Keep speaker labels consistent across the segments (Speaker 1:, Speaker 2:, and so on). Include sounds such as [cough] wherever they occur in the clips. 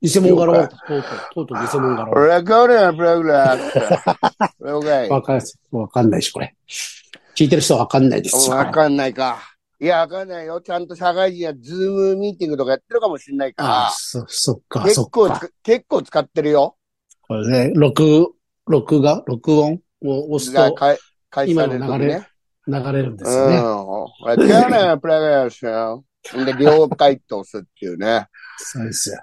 Speaker 1: 偽物柄は、とうとう、とうとう偽物柄は。
Speaker 2: 俺が俺はブラグ
Speaker 1: [laughs]
Speaker 2: ラー。了解。
Speaker 1: わかんわかんないし、これ。聞いてる人はわかんないですよ。
Speaker 2: わかんないか。いや、わかんないよ。ちゃんと社会人はズームミーティングとかやってるかもしれない
Speaker 1: あ
Speaker 2: か
Speaker 1: そ、そっ
Speaker 2: ら。
Speaker 1: か、そ
Speaker 2: 結
Speaker 1: っ
Speaker 2: 構
Speaker 1: か。
Speaker 2: つ、結構使ってるよ。
Speaker 1: これね、録、録画、録音を押す
Speaker 2: が
Speaker 1: と
Speaker 2: かい返される
Speaker 1: 今の
Speaker 2: 時
Speaker 1: 流れ
Speaker 2: ね。
Speaker 1: 流れるんですよね。
Speaker 2: うん。俺、違うね、プレイヤーですよ。で、了解って押すっていうね。
Speaker 1: そうですよ。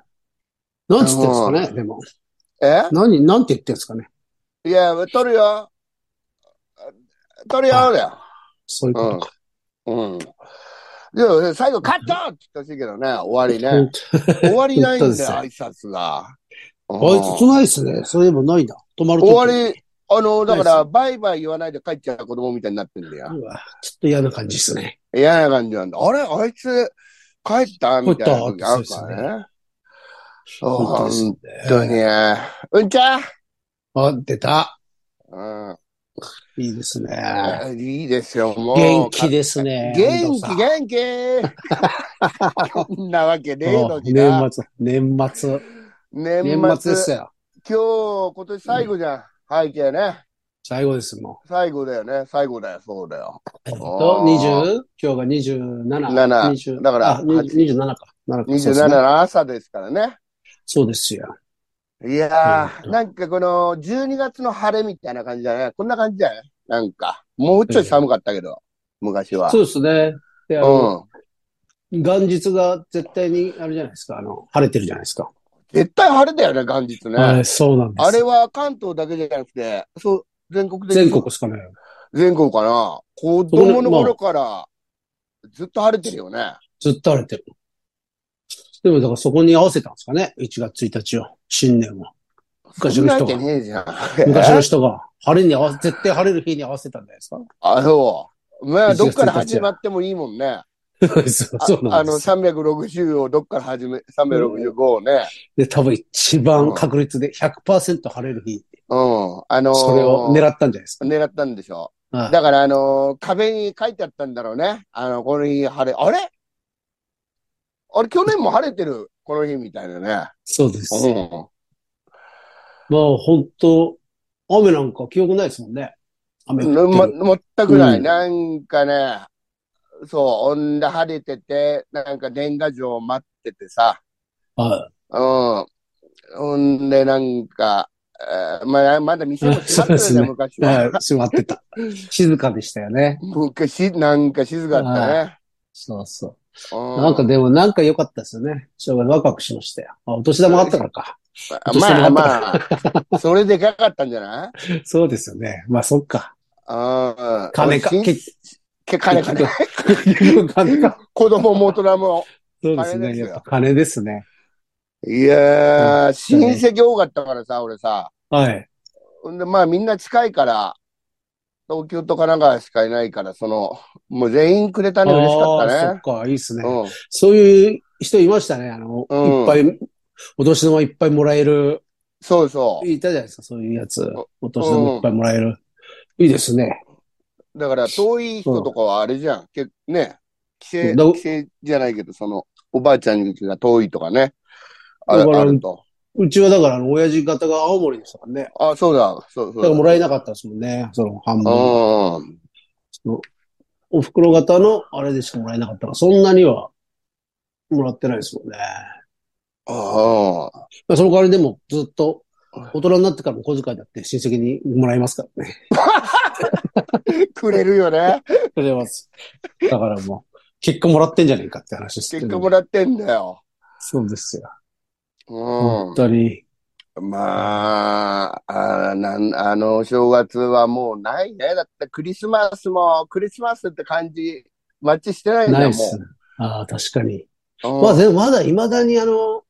Speaker 1: なんつってんですかね、でも。
Speaker 2: え
Speaker 1: 何、なんて言ってんですかね。
Speaker 2: いや、取るよ。取るよ、だよ。
Speaker 1: そういうことか。
Speaker 2: うん。でも、最後、カットって言ってほしいけどね、終わりね。終わりないんだよ、挨拶が。うん
Speaker 1: あいつ、つないですね。そういえばないな。止まるとき
Speaker 2: 終わり、あの、だか
Speaker 1: ない
Speaker 2: ら、バイバイ言わないで帰っちゃう子供みたいになってんだよ。
Speaker 1: うわちょっと嫌な感じですね。
Speaker 2: 嫌な感じなんだ。あれあいつ、帰ったみたいな時あるからね。そう、
Speaker 1: 本当です
Speaker 2: 本当に。うんちゃ
Speaker 1: あ、出た。
Speaker 2: うん。
Speaker 1: いいですね。
Speaker 2: あいいですよ、もう。
Speaker 1: 元気ですね。
Speaker 2: 元
Speaker 1: 安
Speaker 2: 気、
Speaker 1: 藤
Speaker 2: 元気こんなわけねえ
Speaker 1: さん
Speaker 2: のにな。
Speaker 1: 年末、年末、
Speaker 2: 年末
Speaker 1: 年末ですよ。
Speaker 2: 今日、今年最後じゃん。背景ね。
Speaker 1: 最後です、も
Speaker 2: 最後だよね。最後だよ、そうだよ。
Speaker 1: う。えっ
Speaker 2: あ
Speaker 1: と、
Speaker 2: ー
Speaker 1: 20、今日が27。
Speaker 2: 7
Speaker 1: 20
Speaker 2: だから
Speaker 1: あ20 27か。7かそうです
Speaker 2: 27
Speaker 1: ね
Speaker 2: の朝ですからね。
Speaker 1: そうですよ。
Speaker 2: いや
Speaker 1: う
Speaker 2: ー、
Speaker 1: ん
Speaker 2: なんかこの12月の晴れみたいな感じだね。こんな感じだね。なんか、もうちょい寒かったけど、昔は。
Speaker 1: そうですね。で、あの、
Speaker 2: うん。
Speaker 1: 元日が絶対に、あれじゃないですか、あの、晴れてるじゃないですか。
Speaker 2: 絶対晴れだよね、元日ね。
Speaker 1: はい、そうなんです。
Speaker 2: あれは関東だけじゃなくて、そう、全国的に
Speaker 1: 全国ですかね。
Speaker 2: 全国かな子供の頃からずっと晴れてるよね。
Speaker 1: ずっと晴れてる。でも、だからそこに合わせたんですかね。1月1日を、新年を。昔の人
Speaker 2: そんなわけ
Speaker 1: が、
Speaker 2: ねえじゃん。
Speaker 1: 昔の人が、晴れに合わせ、絶対晴れる日に合わせたんじゃないですか。
Speaker 2: [laughs] あ、そう。まあ、
Speaker 1: 1月1日
Speaker 2: どっから始まってもいいもんね。
Speaker 1: そう [laughs]
Speaker 2: あ
Speaker 1: そうな
Speaker 2: あ
Speaker 1: ん
Speaker 2: の、
Speaker 1: です。
Speaker 2: 360をどっから始め、365をね。
Speaker 1: で、多分一
Speaker 2: う
Speaker 1: 番
Speaker 2: ん
Speaker 1: 確率で100%晴れる日、
Speaker 2: うん。あのー
Speaker 1: それを狙ったんじゃないですか。
Speaker 2: 狙ったんでしょ。
Speaker 1: はい
Speaker 2: だから、あのー壁に書いてあったんだろうね。あの、この日晴れ、あれあれ、去年も晴れてる、この日みたいなね。
Speaker 1: そうです。
Speaker 2: うん。
Speaker 1: まあ、本当雨なんか記憶ないですもんね。雨降って
Speaker 2: ま、
Speaker 1: る。
Speaker 2: 全くない。
Speaker 1: うん
Speaker 2: なんかね、そう、ほんで晴れてて、なんか年賀状待っててさ、
Speaker 1: は
Speaker 2: うん。ほんで、なんか、えーまあ、まだ店も閉まってた
Speaker 1: そうです
Speaker 2: じゃん、
Speaker 1: ね
Speaker 2: 昔
Speaker 1: い。はい
Speaker 2: は。、
Speaker 1: 閉まって
Speaker 2: [laughs]
Speaker 1: た。静かでしたよね。
Speaker 2: 昔、なんか静かだったね。
Speaker 1: そうそうう。なんかでも、なんか良かったですよね。正直ワクワクしましたよ。あ、お年玉あったからか。年玉
Speaker 2: ま
Speaker 1: あ
Speaker 2: あ
Speaker 1: った
Speaker 2: まあ、それでかかったんじゃない
Speaker 1: そうですよね。まあ、そっか。
Speaker 2: うん。
Speaker 1: 金か、
Speaker 2: 俺しん
Speaker 1: 結
Speaker 2: け金かね。
Speaker 1: 結局金か。
Speaker 2: 子供も大人も。
Speaker 1: そうです
Speaker 2: [laughs] 金で
Speaker 1: ね。
Speaker 2: すよ
Speaker 1: やっぱ金ですね。
Speaker 2: いやー、親戚多かったからさ、俺さ。
Speaker 1: はい。
Speaker 2: ほんで、まあみんな近いから、東京と神奈川しかいないから、その、もう全員くれたね、嬉しかったね。
Speaker 1: あーそっか、いいですね。
Speaker 2: うん。
Speaker 1: そういう人いましたね。あの、
Speaker 2: うん
Speaker 1: いっぱい、お年玉いっぱいもらえる、
Speaker 2: そうそ
Speaker 1: いたじゃないですか、そういうやつ。お年玉いっぱいもらえる。いいですね。
Speaker 2: う。だから遠い人とかはあれじゃん。結構ね、帰
Speaker 1: ど
Speaker 2: 省、帰省じゃないけど、その、おばあちゃんの家が遠いとかね。あ
Speaker 1: だから
Speaker 2: あると。
Speaker 1: うちはだから、あの親父方が青森でしたからね。
Speaker 2: あ、そうだ、そうそう
Speaker 1: だか
Speaker 2: だ。
Speaker 1: らもらえなかったですもんね。その半分。
Speaker 2: うん。
Speaker 1: お袋型のあれでしかもらえなかったから、そんなにはもらってないですもんね。
Speaker 2: ああ。
Speaker 1: まあ、その代わりでもずっと、大人になってからも小遣いだって親戚にもらえます
Speaker 2: [laughs]
Speaker 1: からね。
Speaker 2: くれるよね。
Speaker 1: くれます。だからもう、結果もらってんじゃねえかって話ですけ
Speaker 2: 結
Speaker 1: ど
Speaker 2: 果もらってんだよ。
Speaker 1: そうですよ。
Speaker 2: うん
Speaker 1: 本。当に。
Speaker 2: まあ、あなん、あの、お正月はもうないね。だってクリスマスも、クリスマスって感じ、マッチしてないんだ
Speaker 1: ない
Speaker 2: よ、
Speaker 1: っ
Speaker 2: も
Speaker 1: すね。ああ、確かに。
Speaker 2: う。うん
Speaker 1: まあ、でもまだ未だにあの、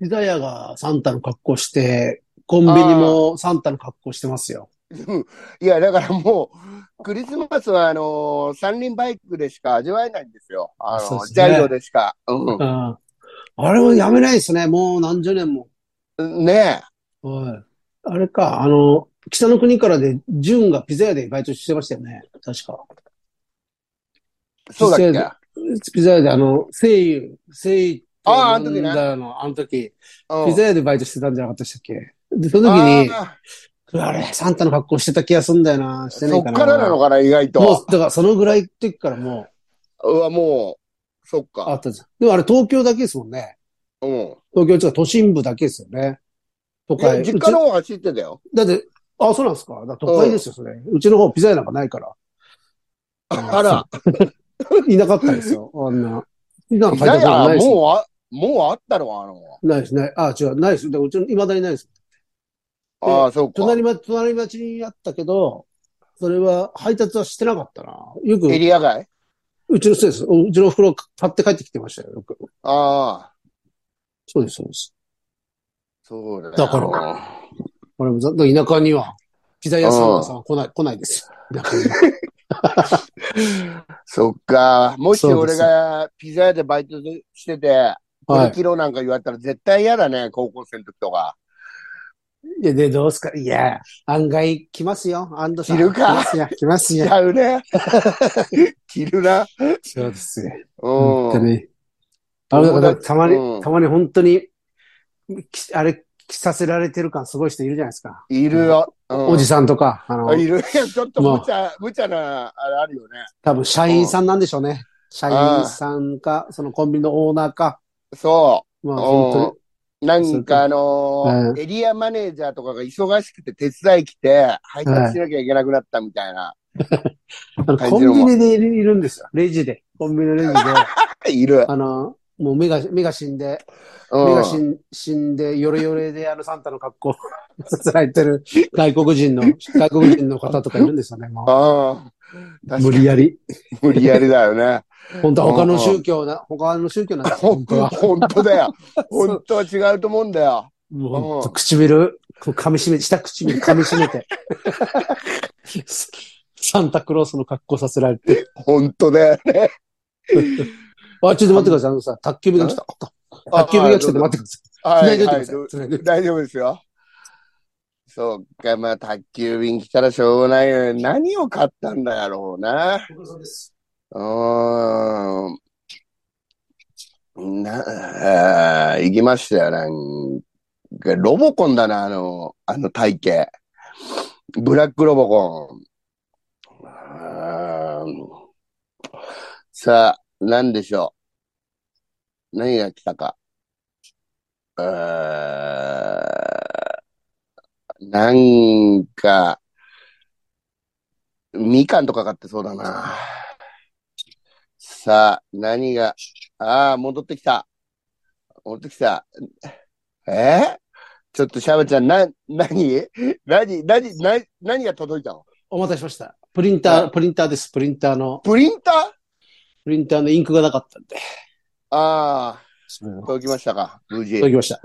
Speaker 1: ピザ屋がサンタの格好して、コンビニもサンタの格好してますよ。
Speaker 2: いや、だからもう、クリスマスは、あの、三輪バイクでしか味わえないんですよ。あ
Speaker 1: そう
Speaker 2: の、
Speaker 1: です
Speaker 2: ジ
Speaker 1: ね
Speaker 2: ャイロでしか。う
Speaker 1: あああれもやめないですね。もう何十年も。
Speaker 2: ん。ね
Speaker 1: はいあれか、あの、北の国からで、ジュンがピザ屋でバイトしてましたよね。確か。
Speaker 2: え。そうだ
Speaker 1: 実
Speaker 2: っ
Speaker 1: 際
Speaker 2: け
Speaker 1: ピザ屋であの、西友、西
Speaker 2: あーあの時ね
Speaker 1: 飲んだの、あの時、
Speaker 2: うん
Speaker 1: ピザ屋でバイトしてたんじゃなかったでしたっけで、その時に、
Speaker 2: あ
Speaker 1: あれ、サンタの格好してた気がすんだよな、して
Speaker 2: ー
Speaker 1: な
Speaker 2: そ
Speaker 1: い
Speaker 2: っ
Speaker 1: かな。
Speaker 2: からなのかな、意外
Speaker 1: も
Speaker 2: と。
Speaker 1: う、だからそのぐらいの時からも
Speaker 2: うわ、もう、そっ
Speaker 1: う、あ
Speaker 2: か。
Speaker 1: ったじゃん。でもあれ東京だけですもんね。
Speaker 2: うん。
Speaker 1: 東京っていうか都心部だけですよね。都
Speaker 2: いや
Speaker 1: 会。
Speaker 2: 実家
Speaker 1: う
Speaker 2: の方走ってたよ。
Speaker 1: ちだって、あ、そうなんですか。だから都会ですよ、それ。うちの方ピザ屋なんかないから。
Speaker 2: あら、
Speaker 1: いなかったです
Speaker 2: [laughs]
Speaker 1: よ、あんな。ピザの
Speaker 2: い
Speaker 1: 買い
Speaker 2: やい
Speaker 1: 方ない
Speaker 2: や、
Speaker 1: ですよ。
Speaker 2: もうあ、もうあったろ、あの。
Speaker 1: ないですね。あ、違う、ないです。でうちの、未だにないです。
Speaker 2: ああ、そうか。
Speaker 1: 隣町、隣町にあったけど、それは配達はしてなかったな。よく
Speaker 2: エ、リア外
Speaker 1: うちのそうです。うちの袋買って帰ってきてましたよ、よく。
Speaker 2: ああ、
Speaker 1: そうです、そうです。
Speaker 2: そうだよ
Speaker 1: だから俺もざ、田舎には、ピザ屋さんはさ、来ない、来ないです。田舎には
Speaker 2: そっか。もし
Speaker 1: そうで
Speaker 2: 俺
Speaker 1: す
Speaker 2: がピザ屋でバイトしてて、
Speaker 1: は
Speaker 2: 5
Speaker 1: い。
Speaker 2: キロなんか言われたら絶対嫌だね、高校生の時とか。
Speaker 1: いや、で、どうすかいや、案外来ますよ。安藤さん。
Speaker 2: いる
Speaker 1: 来
Speaker 2: か
Speaker 1: ますよ。来ます
Speaker 2: 違
Speaker 1: よ。
Speaker 2: うね。着るな。
Speaker 1: [laughs] そうですよ。
Speaker 2: う
Speaker 1: 本当
Speaker 2: ん。
Speaker 1: に。あの、だから、たま
Speaker 2: う
Speaker 1: に、
Speaker 2: ん
Speaker 1: たまに本当に、きあれ、着させられてる感すごい人いるじゃないですか。
Speaker 2: いるよ。
Speaker 1: おじ
Speaker 2: さ
Speaker 1: さんとか、あの、
Speaker 2: いる。いやちょっと
Speaker 1: まあ
Speaker 2: 無茶、無茶な、あれあるよね。
Speaker 1: 多分社員さんなんでしょうね。社員さんか、そのコンビニのオーナーか。
Speaker 2: そ
Speaker 1: まあ、
Speaker 2: う。
Speaker 1: 本
Speaker 2: うんなんかあのー
Speaker 1: う
Speaker 2: エリアマネージャーとかが忙しくて手伝い来て、配達しなきゃいけなくなったみたいな。
Speaker 1: 当に、あのコンビニでいるいるんですよ。レジで。コンビニのレジで。 [laughs]
Speaker 2: いる。
Speaker 1: あの、もう目が、目が死んで、
Speaker 2: う
Speaker 1: 目
Speaker 2: ん
Speaker 1: が死ん死んで、ヨレヨレであのサンタの格 [laughs] 好させられてる外国人
Speaker 2: [laughs]
Speaker 1: の、外国人の方とかいるんですよね、も
Speaker 2: ああ。
Speaker 1: う。
Speaker 2: 確
Speaker 1: 無
Speaker 2: か
Speaker 1: 理
Speaker 2: に
Speaker 1: やり。
Speaker 2: 無理やりだよね。
Speaker 1: 本当は他の宗教な、他の宗教なんですよ、
Speaker 2: 本
Speaker 1: 本当
Speaker 2: 当
Speaker 1: は。
Speaker 2: 本当だよ。
Speaker 1: そう
Speaker 2: 本当は違うと思うんだよ。
Speaker 1: もう本当唇、こう噛み締め、下唇噛み締めて。
Speaker 2: [laughs]
Speaker 1: サンタクロースの格好させられて。 [laughs]
Speaker 2: 本当だよね。
Speaker 1: あ、ちょっと待ってください。あのさ、宅急便が来た。
Speaker 2: あ
Speaker 1: 宅急便が来たんで待ってください。
Speaker 2: は
Speaker 1: 繋いで
Speaker 2: い、
Speaker 1: おいて
Speaker 2: は
Speaker 1: くだ
Speaker 2: い
Speaker 1: さい。。繋いでおいて
Speaker 2: 大丈夫ですよ。そうか、まあ、宅急便来たらしょうがないよね。何を買ったんだろうな。
Speaker 1: ご苦労様です
Speaker 2: うーん。な、あー行きましたよ。なんか、ロボコンだな、あの、あの体型。ブラックロボコン。あーさあ、なんでしょう。何が来たか。あーなんか、みかんとか買ってそうだな。さあ、何が、ああ、戻ってきた。戻ってきた。えーちょっとシャバちゃん、な、何何何何何が届いたの
Speaker 1: お待たせしました。プリンター、
Speaker 2: は
Speaker 1: プリンターです。プリンターの、
Speaker 2: プリンター
Speaker 1: プリンターのインクがなかったんで。
Speaker 2: ああ、
Speaker 1: 届
Speaker 2: 届きましたか無事。
Speaker 1: きました。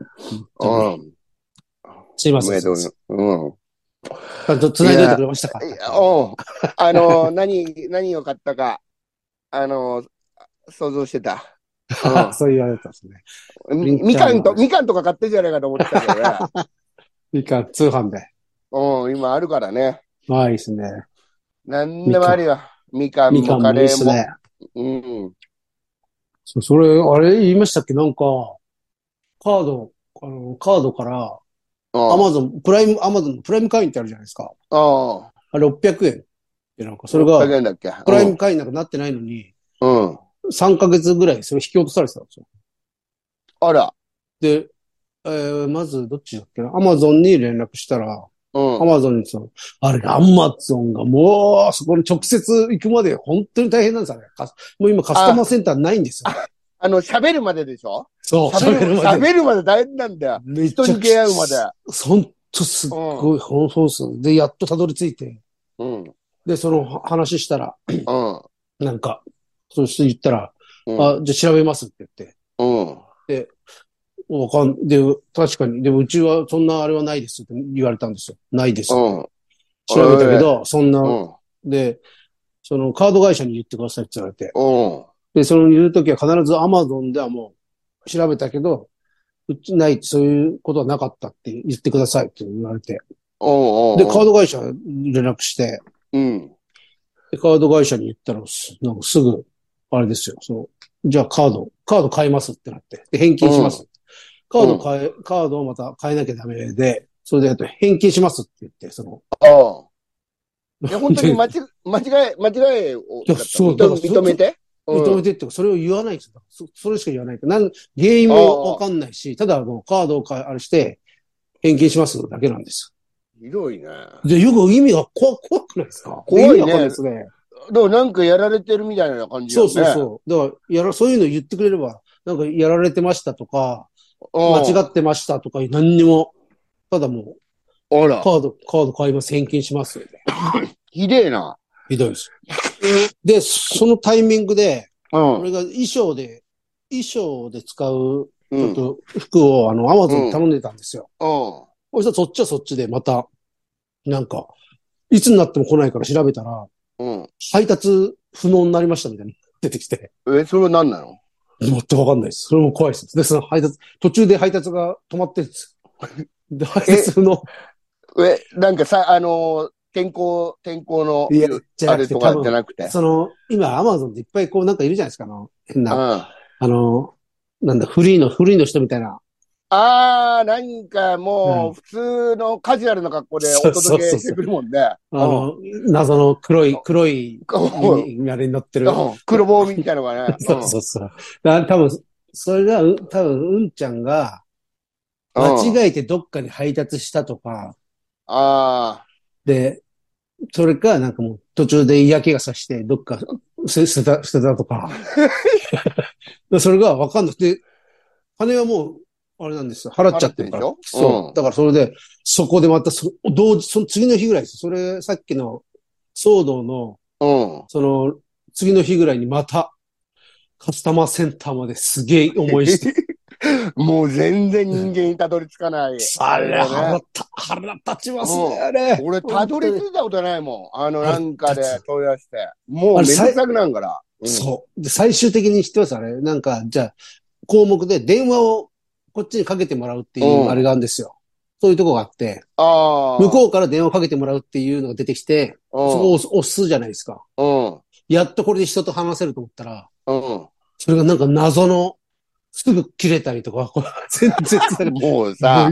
Speaker 2: うん。
Speaker 1: すいま
Speaker 2: お
Speaker 1: せ
Speaker 2: め
Speaker 1: ん。
Speaker 2: でとうございます。うん。
Speaker 1: ちゃんと繋いでおいてくれましたか
Speaker 2: いやおうあの、 [laughs] 何、何を買ったか、あの、想像してた。
Speaker 1: あそう言われたんですね。
Speaker 2: うん
Speaker 1: プリン
Speaker 2: み
Speaker 1: ター
Speaker 2: みかんと、みかんとか買ってんじゃないかと思ってたけどね。 [laughs]
Speaker 1: いか、通販で。
Speaker 2: うん、今あるからね。
Speaker 1: まあいいですね。
Speaker 2: なんでもあるよ。みかん
Speaker 1: みか
Speaker 2: も
Speaker 1: んもいいで
Speaker 2: カレ
Speaker 1: す
Speaker 2: ーも。
Speaker 1: ね。
Speaker 2: うん。
Speaker 1: そう、それ、あれ言いましたっけなんか、カード、あの、カードから、ア
Speaker 2: あ
Speaker 1: マゾン、プライム、アマゾンのプライム会員ってあるじゃないですか。
Speaker 2: あ。
Speaker 1: あれ600円。で、なんか、それが、
Speaker 2: 100円だっけ
Speaker 1: プライム会員なんかなってないのに、
Speaker 2: うん。うん
Speaker 1: 3ヶ月ぐらいそれ引き落とされてたんですよ。
Speaker 2: あら。
Speaker 1: で、えー、まず、どっちだっけなアマゾンに連絡したら、
Speaker 2: うん
Speaker 1: ア。マゾンにその、あれ、アマゾンがもう、そこに直接行くまで本当に大変なんですよね。かもう今カスタマーセンターないんですよ。
Speaker 2: あの、喋るまででしょ
Speaker 1: そう、
Speaker 2: 喋る
Speaker 1: まで。
Speaker 2: 喋るまで大変なんだよ。
Speaker 1: めっち
Speaker 2: 人
Speaker 1: ゃ
Speaker 2: に出会うまで。
Speaker 1: ほんとすっごい、ほんそうっす。で、やっとたどり着いて、
Speaker 2: うん。
Speaker 1: で、その話したら、
Speaker 2: うん。
Speaker 1: なんか、その人言ったら、
Speaker 2: うん
Speaker 1: あ、じゃあ調べますって言って。
Speaker 2: うん。
Speaker 1: わかん、で、確かに、でもうちはそんなあれはないですって言われたんですよ。ないです。
Speaker 2: うん。
Speaker 1: 調べたけど、そん
Speaker 2: う
Speaker 1: な、
Speaker 2: ん。
Speaker 1: で、そのカード会社に言ってくださいって言われて。
Speaker 2: うん。
Speaker 1: で、その言うときは必ず Amazon ではもう調べたけど、うちない、そういうことはなかったって言ってくださいって言われて。
Speaker 2: うん。
Speaker 1: で、カード会社に連絡して、
Speaker 2: うん。
Speaker 1: でカード会社に言ったらす、なんかすぐ、あれですよ、その、じゃあカードカード買いますってなって、で返金します。カード買え、カードをまた変えなきゃダメで、それで、えっと返金しますって言って、その、
Speaker 2: うん。いや、本当に間違間違え、間違えをだった、
Speaker 1: そうだから
Speaker 2: 認めて。うん
Speaker 1: 認めてって、それを言わないんですよ。そそれしか言わない。なん原因もわかんないし、ただもうカードをかあれして、返金しますだけなんです
Speaker 2: ひどいね。
Speaker 1: よ。で、よく意味が怖怖くないですか
Speaker 2: 怖いね
Speaker 1: 意味わかんないですね。
Speaker 2: でもなんかやられてるみたいな感じ
Speaker 1: そう
Speaker 2: よね。
Speaker 1: そうそう。だから、やら、そういうの言ってくれれば、なんかやられてましたとか、
Speaker 2: うん
Speaker 1: 間違ってましたとか、何にも、ただもう、
Speaker 2: あ
Speaker 1: カ
Speaker 2: ら、
Speaker 1: ード、カード買います、返金しますよね。
Speaker 2: ひでえな。
Speaker 1: ひどいです。で、そのタイミングで、
Speaker 2: うん。
Speaker 1: 俺が衣装で、衣装で使う、
Speaker 2: う
Speaker 1: ちょ
Speaker 2: ん
Speaker 1: っ。と服を、あの、アマゾンに頼んでたんですよ。
Speaker 2: うん
Speaker 1: そしたらそっちはそっちでまた、なんか、いつになっても来ないから調べたら、
Speaker 2: うん。
Speaker 1: 配達不能になりましたみたいに [laughs] 出てきて、
Speaker 2: え、それは何なの
Speaker 1: 全くわかんないです。それも怖いです。で、その配達、途中で配達が止まってるんです [laughs] よ。で、配達不能。
Speaker 2: え、なんかさ、あのー、天候、天候の、
Speaker 1: いや、じゃ
Speaker 2: あ
Speaker 1: なく
Speaker 2: れ
Speaker 1: て
Speaker 2: と
Speaker 1: 多
Speaker 2: かじゃ
Speaker 1: 分、
Speaker 2: なくて。
Speaker 1: その、今、アマゾンでいっぱいこうなんかいるじゃないですか、あの、変
Speaker 2: うん。
Speaker 1: な、
Speaker 2: あ
Speaker 1: あの、なんだ、フリーの、フリーの人みたいな。
Speaker 2: あー、なんかも
Speaker 1: う
Speaker 2: う、普通のカジュアルな格好でお
Speaker 1: そうそうそうそう
Speaker 2: 届けしてくるもんね。
Speaker 1: あの、謎の黒い、黒い、
Speaker 2: うん
Speaker 1: 耳あれになってる。。
Speaker 2: うん黒棒みたいなのがね
Speaker 1: [laughs] そうそうそう。だ多分それが、う多分うんちゃんが、
Speaker 2: うんうん
Speaker 1: 間違えてどっかに配達したとか、
Speaker 2: あ
Speaker 1: で、それか、なんかもう途中で嫌気がさして、どっか捨捨てた、捨てたと
Speaker 2: [laughs]
Speaker 1: か。でそれがわかんなくて、金はもう、あれなんですよ。払っちゃってるから。
Speaker 2: 払ってるでしょ
Speaker 1: そう。
Speaker 2: うん
Speaker 1: だからそれで、そこでまたそ、同時、その次の日ぐらいです。それ、さっきの騒動の、
Speaker 2: あ、うん。
Speaker 1: その、次の日ぐらいにまた、カスタマーセンターまですげえ思いして。
Speaker 2: [laughs] もう全然人間にたどり着かない。
Speaker 1: あれ、
Speaker 2: ね
Speaker 1: 腹立、腹立ちますね、あれ。
Speaker 2: 俺、たどり着いたことないもん。あの、なんかで
Speaker 1: あ
Speaker 2: 問い合わせて。もう、めんどくさくなんから。うん
Speaker 1: そう。で、最終的に知ってます、あれ。なんか、じゃあ、項目で電話をこっちにかけてもらうっていうう、
Speaker 2: ん
Speaker 1: あれがあるんですよ。そういうとこがあって、
Speaker 2: ああ。
Speaker 1: 向こうから電話をかけてもらうっていうのが出てきて、そこを押す押すじゃないですか。
Speaker 2: う
Speaker 1: やっとこれで人と話せると思ったら、
Speaker 2: ん。うん。うん。
Speaker 1: それがなんか謎の、すぐ切れたりとか、 [laughs] これ全然されない。
Speaker 2: もうさ、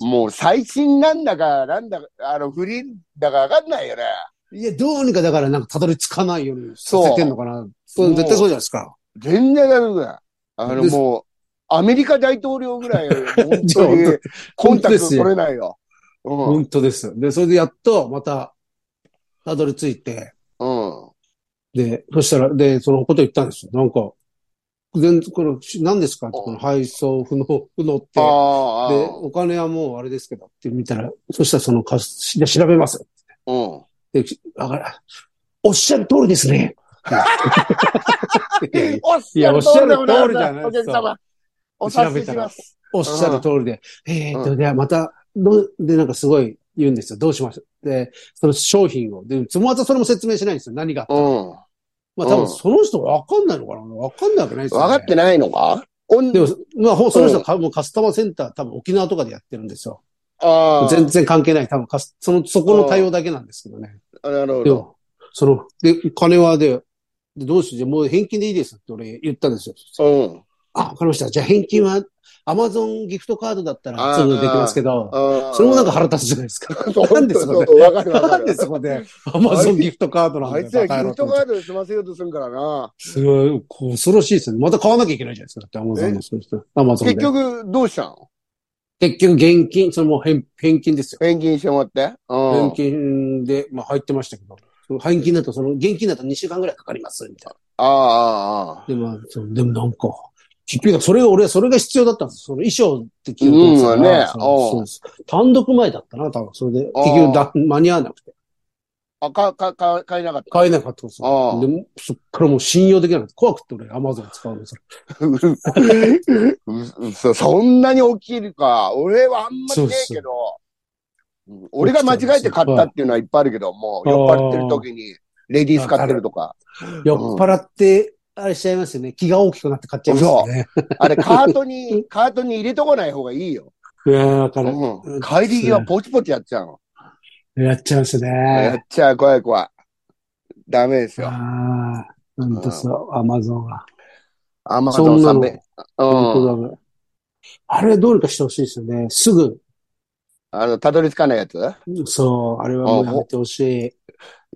Speaker 1: い
Speaker 2: もう最新なんだか、なんだか、あの、不倫だかわかんないよね。
Speaker 1: や、どうにかだからなんかたどり着かないようにさせてんのかな。そう
Speaker 2: そう
Speaker 1: 絶対そうじゃないですか。
Speaker 2: 全然大丈夫だよ。あの、
Speaker 1: です
Speaker 2: もう、アメリカ大統領ぐらい、
Speaker 1: [laughs]
Speaker 2: 本
Speaker 1: ち
Speaker 2: 当
Speaker 1: ょ
Speaker 2: に、コン
Speaker 1: 本当
Speaker 2: タクト
Speaker 1: ですよ
Speaker 2: 取れないよ。うん。
Speaker 1: 本当ですよ。で、それでやっとまた、たどり着いて、
Speaker 2: うん。
Speaker 1: で、そしたら、で、そのこと言ったんですよ。なんか、全然、これ、し何ですかって、この配送不能、不能って。
Speaker 2: あ
Speaker 1: で、
Speaker 2: あ、ああ
Speaker 1: お金はもうあれですけどって見たら、そしたらそのか、じゃあ調べます。
Speaker 2: うん。
Speaker 1: で、しだから、おっしゃる通りです
Speaker 2: [laughs]
Speaker 1: ね。 [laughs] いやいや
Speaker 2: おっし
Speaker 1: い
Speaker 2: ゃ
Speaker 1: やお
Speaker 2: る
Speaker 1: っ
Speaker 2: 通
Speaker 1: しゃ
Speaker 2: り
Speaker 1: る通
Speaker 2: でござい
Speaker 1: りじゃな
Speaker 2: ま
Speaker 1: い
Speaker 2: す。お客様。お
Speaker 1: 調
Speaker 2: 察
Speaker 1: べ
Speaker 2: したし
Speaker 1: ら
Speaker 2: ます。
Speaker 1: おっしゃる通りで、えーっ
Speaker 2: う
Speaker 1: と、ではまた、どうで、なんかすごい言うんですよ。どうしましたで、その商品を。で、またそれも説明しないんですよ。何が。
Speaker 2: うん。
Speaker 1: まあ多
Speaker 2: うん
Speaker 1: 分その人わかんないのかなわかんないわけないですよ、ね。
Speaker 2: 分かってないのかおん
Speaker 1: でも、まあ、ほその人はかもうカスタマーセンター多分沖縄とかでやってるんですよ。
Speaker 2: ああ。
Speaker 1: 全然関係ない。多分カス、その、そこの対応だけなんですけどね。
Speaker 2: あなるほ
Speaker 1: で
Speaker 2: ど。
Speaker 1: も、その、で、金はで、でどうしよう、もう返金でいいですって俺言ったんですよ。
Speaker 2: うん。
Speaker 1: あ、わかりました。じゃあ返金は Amazon ギフトカードだったら
Speaker 2: あー
Speaker 1: すぐできますけど、
Speaker 2: ああ
Speaker 1: それもなんか腹立つじゃないですか。なんでそ
Speaker 2: [laughs]
Speaker 1: こで、
Speaker 2: わかるわ
Speaker 1: な
Speaker 2: か
Speaker 1: ん
Speaker 2: る。
Speaker 1: でそこで Amazon ギフトカードな
Speaker 2: あい
Speaker 1: ん
Speaker 2: つ
Speaker 1: だよバカ
Speaker 2: はギ
Speaker 1: 野郎と
Speaker 2: フト
Speaker 1: 思っ
Speaker 2: カ
Speaker 1: て。
Speaker 2: ードで済ませようとするからな。
Speaker 1: すごい、こう恐ろしいですよね。また買わなきゃいけないじゃないですか。だって Amazon のその人 Amazon で
Speaker 2: 結。局、どうしたの
Speaker 1: 結局現金、それもう返返金ですよ。
Speaker 2: 返金してもらって。う
Speaker 1: 返
Speaker 2: ん。
Speaker 1: 金で、まあ入ってましたけど、その返金だと、その、現金だと2週間ぐらいかかります、みたい
Speaker 2: ああ、ああ。
Speaker 1: な。で、まあ、そのでもなんか、結局、それを、俺はそれが必要だったんです。その衣装って記憶がついた
Speaker 2: うんね
Speaker 1: そうそうです。単独前だったな、多分。それで、結局だ、間に合わなくて。
Speaker 2: あ、か、か、か、買えなかった。
Speaker 1: 買えなかったんです
Speaker 2: ああ
Speaker 1: よ。でも、そっからもう信用できなくて、怖くて俺、アマゾン使うのそれ。
Speaker 2: [laughs] ううそそんなに起きるか。俺はあんまりねえけど、うん俺が間違えて買ったっていうのはいっぱいあるけど、もう酔っ払ってる時に、レディース買ってるとか。
Speaker 1: 酔っ払って、あれしちゃいますよね。気が大きくなって買っちゃいますよね。
Speaker 2: あれ、カートに、 [laughs] カートに入れとかない方がいいよ。
Speaker 1: いやー、わかる。
Speaker 2: うん、帰り際ポチポチやっちゃうの。
Speaker 1: やっちゃいます
Speaker 2: やっ
Speaker 1: ね。
Speaker 2: ちゃう、怖い怖い。ダメです
Speaker 1: あ
Speaker 2: よ。
Speaker 1: あ、なんとそう、アマゾンは。
Speaker 2: アマゾ
Speaker 1: そ
Speaker 2: ン
Speaker 1: ん
Speaker 2: さ
Speaker 1: なんの
Speaker 2: べ。うん。
Speaker 1: 本当だね。あれどうにかしてほしいですよね。すぐ、
Speaker 2: あの、たどり着かないやつ
Speaker 1: そう、あれはもうやめてほし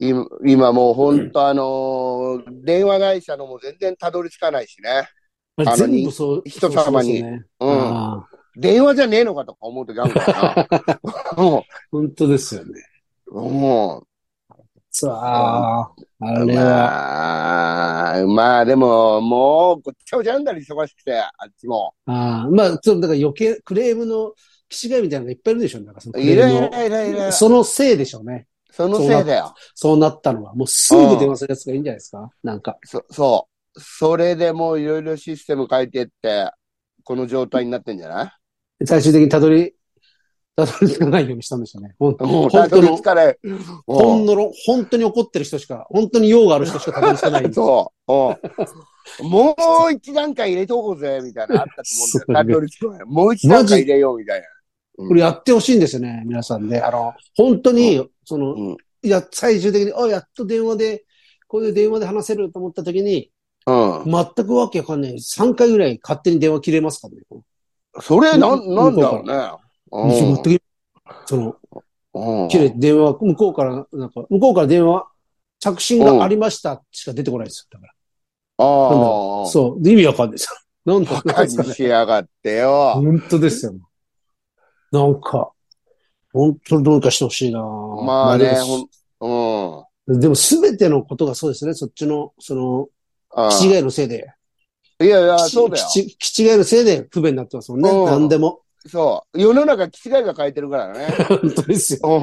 Speaker 1: い。
Speaker 2: 今今もう本当あのー電話会社のも全然たどり着かないしね。
Speaker 1: あ
Speaker 2: あの
Speaker 1: れ全部そう、
Speaker 2: 人様に
Speaker 1: そうですよね
Speaker 2: うん。
Speaker 1: ああ
Speaker 2: 電話じゃねえのかとか思うときあるからな。も
Speaker 1: 本当ですよね。
Speaker 2: う、もう、
Speaker 1: さあ、あれは、
Speaker 2: まあ、まあでも、もう、ごっちゃごちゃなんだり忙しくて、あっちも。
Speaker 1: ああまあ、ちょっとだから余計クレームの気違いみたいなのがいっぱいいるでしょうね。なんかそのク
Speaker 2: い
Speaker 1: レー
Speaker 2: ら
Speaker 1: ム
Speaker 2: い
Speaker 1: の
Speaker 2: らいらいら。
Speaker 1: そ
Speaker 2: そ
Speaker 1: のせいでしょうね。
Speaker 2: のせいだよ。
Speaker 1: そうなったのは。もうすぐ電話するやつがいいんじゃないですかなんか。
Speaker 2: そ、そう。それでもういろいろシステム変えてって、この状態になってんじゃない
Speaker 1: 最終的にたどり、たどり着かないようにしたんですよね。ほん
Speaker 2: もう、
Speaker 1: 本
Speaker 2: た
Speaker 1: 当
Speaker 2: どり
Speaker 1: の
Speaker 2: 着、かない。
Speaker 1: ほん
Speaker 2: も、。
Speaker 1: のろ、本当に怒ってる人しか、本当に用がある人しかたどり着かないう
Speaker 2: [laughs] そう。うん。もう一段階入れとこうぜ、みたいなのあったと思うんだよ。たどり着かない。もう一段階入れよう、みたいな。
Speaker 1: これやってほしいんですよね、皆さんで。あの、本当に、その、
Speaker 2: うん
Speaker 1: いや、最終的に、あ、やっと電話で、こういう電話で話せると思った時に、
Speaker 2: うん。
Speaker 1: 全くわけわかんない。3回ぐらい勝手に電話切れますからね。
Speaker 2: それ、な、ん
Speaker 1: 向
Speaker 2: なんだ
Speaker 1: こ
Speaker 2: ろ
Speaker 1: う
Speaker 2: うね。
Speaker 1: 全くその、
Speaker 2: うん。
Speaker 1: 切れて電話、向こうから、なんか、向こうから電話、着信がありましたしか出てこないですよ。だか
Speaker 2: あ
Speaker 1: なんだ
Speaker 2: あ
Speaker 1: ら。そう。で意味わかんないです [laughs] よ。なんだ、
Speaker 2: バカに
Speaker 1: なんですかね
Speaker 2: しやがってよ。
Speaker 1: 本当ですよ。なんか、本当にどうにかしてほしいな
Speaker 2: まあね、
Speaker 1: でも
Speaker 2: ほん、うん。
Speaker 1: でも全てのことがそうですね。そっちの、その、
Speaker 2: あ
Speaker 1: 気違いのせいで。
Speaker 2: あいやいや、
Speaker 1: き
Speaker 2: そうだよ。
Speaker 1: きち気違いのせいで不便になってますもんね。
Speaker 2: うん
Speaker 1: 何でも。
Speaker 2: そう。世の中、気違いが変えてるから [laughs] ね。
Speaker 1: 本当ですよ。 [laughs]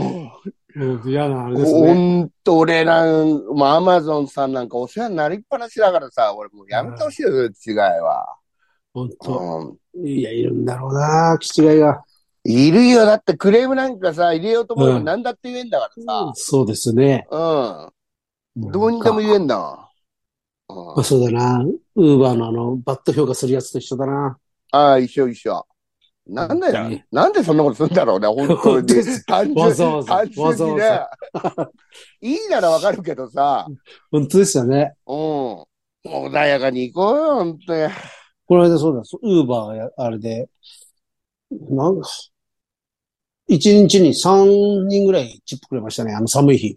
Speaker 2: うん。
Speaker 1: 嫌なあれです
Speaker 2: ほ
Speaker 1: ね。
Speaker 2: んと、俺なん、まあ、アマゾンさんなんかお世話になりっぱなしだからさ、俺もうやめてほしいよ、そういう違いは。
Speaker 1: 本当。
Speaker 2: うん。
Speaker 1: いや、いるんだろうな気違いが。
Speaker 2: いるよ。だってクレームなんかさ、入れようと思えば
Speaker 1: うん
Speaker 2: 何だって言えんだから
Speaker 1: そうですね。
Speaker 2: さ。うん。どうにでも
Speaker 1: なんか
Speaker 2: 言えんだ。うん
Speaker 1: まあ、。そうだな。ウーバーのあの、バット評価するやつと一緒だな。
Speaker 2: ああ、一緒一緒。なんだよ、
Speaker 1: ね
Speaker 2: なんでそんなことするんだろうね、本当
Speaker 1: 本当で
Speaker 2: に。
Speaker 1: す [laughs]
Speaker 2: 単
Speaker 1: わ
Speaker 2: 純
Speaker 1: ざわざ。
Speaker 2: 単
Speaker 1: わざ
Speaker 2: 純
Speaker 1: わ
Speaker 2: にね
Speaker 1: ざ。。
Speaker 2: [laughs] いいならわかるけどさ、
Speaker 1: 本当ですよね。
Speaker 2: うん。穏やかに行こうよ、本当に。
Speaker 1: この間そうだ、ウーバーや、あれで、なんか、一日に3人ぐらいチップくれましたね、あの寒い日。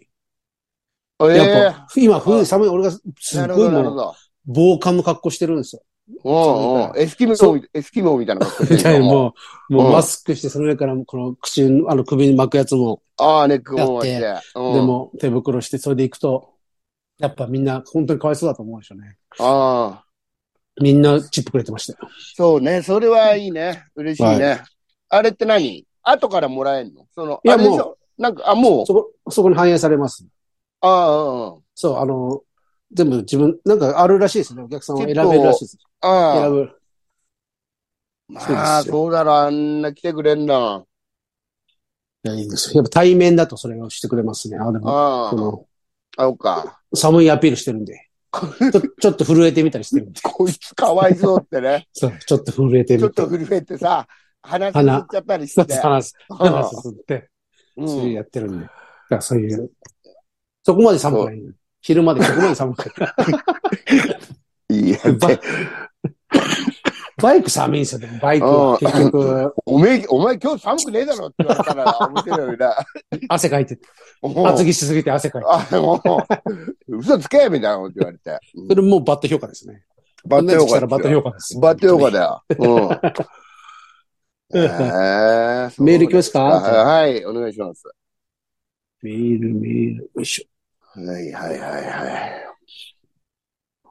Speaker 2: え
Speaker 1: やっぱ、今冬
Speaker 2: あ
Speaker 1: 寒い、俺が
Speaker 2: え
Speaker 1: すっ
Speaker 2: なるほ
Speaker 1: ごい
Speaker 2: ど、なる
Speaker 1: も
Speaker 2: ほ
Speaker 1: う、
Speaker 2: ど。
Speaker 1: 防寒の格好してるんですよ。
Speaker 2: うんうん。エスキモ
Speaker 1: そう
Speaker 2: ー、エスキモーみたいな格好
Speaker 1: み
Speaker 2: して
Speaker 1: たい
Speaker 2: る
Speaker 1: に
Speaker 2: の
Speaker 1: もう、も
Speaker 2: う
Speaker 1: うんマスクして、その上からこの口の、あの首に巻くやつも、
Speaker 2: ああ、ネックもして。で
Speaker 1: で、も手袋して、それで行くと、やっぱみんな本当にかわいそうだと思うんですよね。
Speaker 2: ああ。
Speaker 1: みんなチップくれてましたよ。
Speaker 2: そうね、それはいいね。嬉しい
Speaker 1: は
Speaker 2: ね。あれって何後からもらえんのその、
Speaker 1: いや
Speaker 2: あれでし
Speaker 1: も
Speaker 2: ょなんか、あ、もう
Speaker 1: そ、こ、そこに反映されます。
Speaker 2: ああ、うんうん。
Speaker 1: そう、あの、全部自分、なんかあるらしいですね。お客さんは選べるらしいです。
Speaker 2: ああ。
Speaker 1: 選ぶ。そうです
Speaker 2: まあ、
Speaker 1: よ
Speaker 2: そうだろ、あんな来てくれんな。
Speaker 1: いや、いいですよ。やっぱ対面だとそれをしてくれますね。あ、でも、
Speaker 2: あ
Speaker 1: その、
Speaker 2: あ、そうか。
Speaker 1: 寒いアピールしてるんで。
Speaker 2: [laughs]
Speaker 1: ちょちょっと震えてみたりしてるんで。
Speaker 2: こいつかわいそうっ
Speaker 1: [laughs]
Speaker 2: てね。
Speaker 1: そう、ちょっと震えて
Speaker 2: ちょっ
Speaker 1: みて
Speaker 2: と。震えてさ、鼻すすっ
Speaker 1: 鼻
Speaker 2: ちゃったり
Speaker 1: 一
Speaker 2: し
Speaker 1: つ
Speaker 2: て。
Speaker 1: 話す、話すすって、
Speaker 2: うん
Speaker 1: それやってるんで。だからそういう、そこまで寒くない。昼までそこまで寒くない。
Speaker 2: いや、
Speaker 1: [laughs] バイバイク寒いんですよ、でもバイクは。
Speaker 2: うん
Speaker 1: 結局、
Speaker 2: おめえ、お前今日寒くねえだろって言われたら面白い
Speaker 1: [laughs]
Speaker 2: よな。
Speaker 1: 汗かいて、
Speaker 2: もう
Speaker 1: 厚着しすぎて汗かいて。
Speaker 2: あ、もう、嘘つけみたいなこと言われて。うん
Speaker 1: それもうバット評価ですね。
Speaker 2: バッテヨ
Speaker 1: こんなやつ来た
Speaker 2: ガ
Speaker 1: らバット評価です。
Speaker 2: バッテヨガだよ。うん。えー
Speaker 1: メール行きます
Speaker 2: あ
Speaker 1: か
Speaker 2: はい、お願いします。
Speaker 1: メール、メール、よいしょ。
Speaker 2: はい、はい、はい、はい。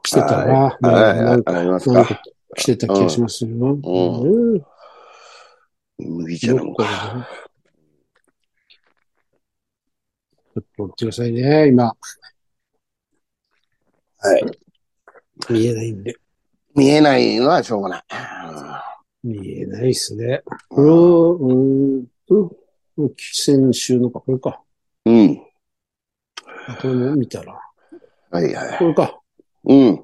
Speaker 1: 来てたな。
Speaker 2: はい、
Speaker 1: なんか
Speaker 2: あります
Speaker 1: なん
Speaker 2: か。
Speaker 1: か来てた気がしますよ。
Speaker 2: ん
Speaker 1: うん
Speaker 2: 麦茶
Speaker 1: ど
Speaker 2: 飲
Speaker 1: っ
Speaker 2: む
Speaker 1: か
Speaker 2: か。
Speaker 1: なちょっと待ってくださいね、今。
Speaker 2: はい。
Speaker 1: 見えないんで。
Speaker 2: 見えないのはしょうがない。
Speaker 1: 見えないっすね。これ
Speaker 2: う
Speaker 1: を、うーんと、先週のか、これか。
Speaker 2: ん。
Speaker 1: あこれも見たら。
Speaker 2: はいはい。
Speaker 1: これか。
Speaker 2: うん。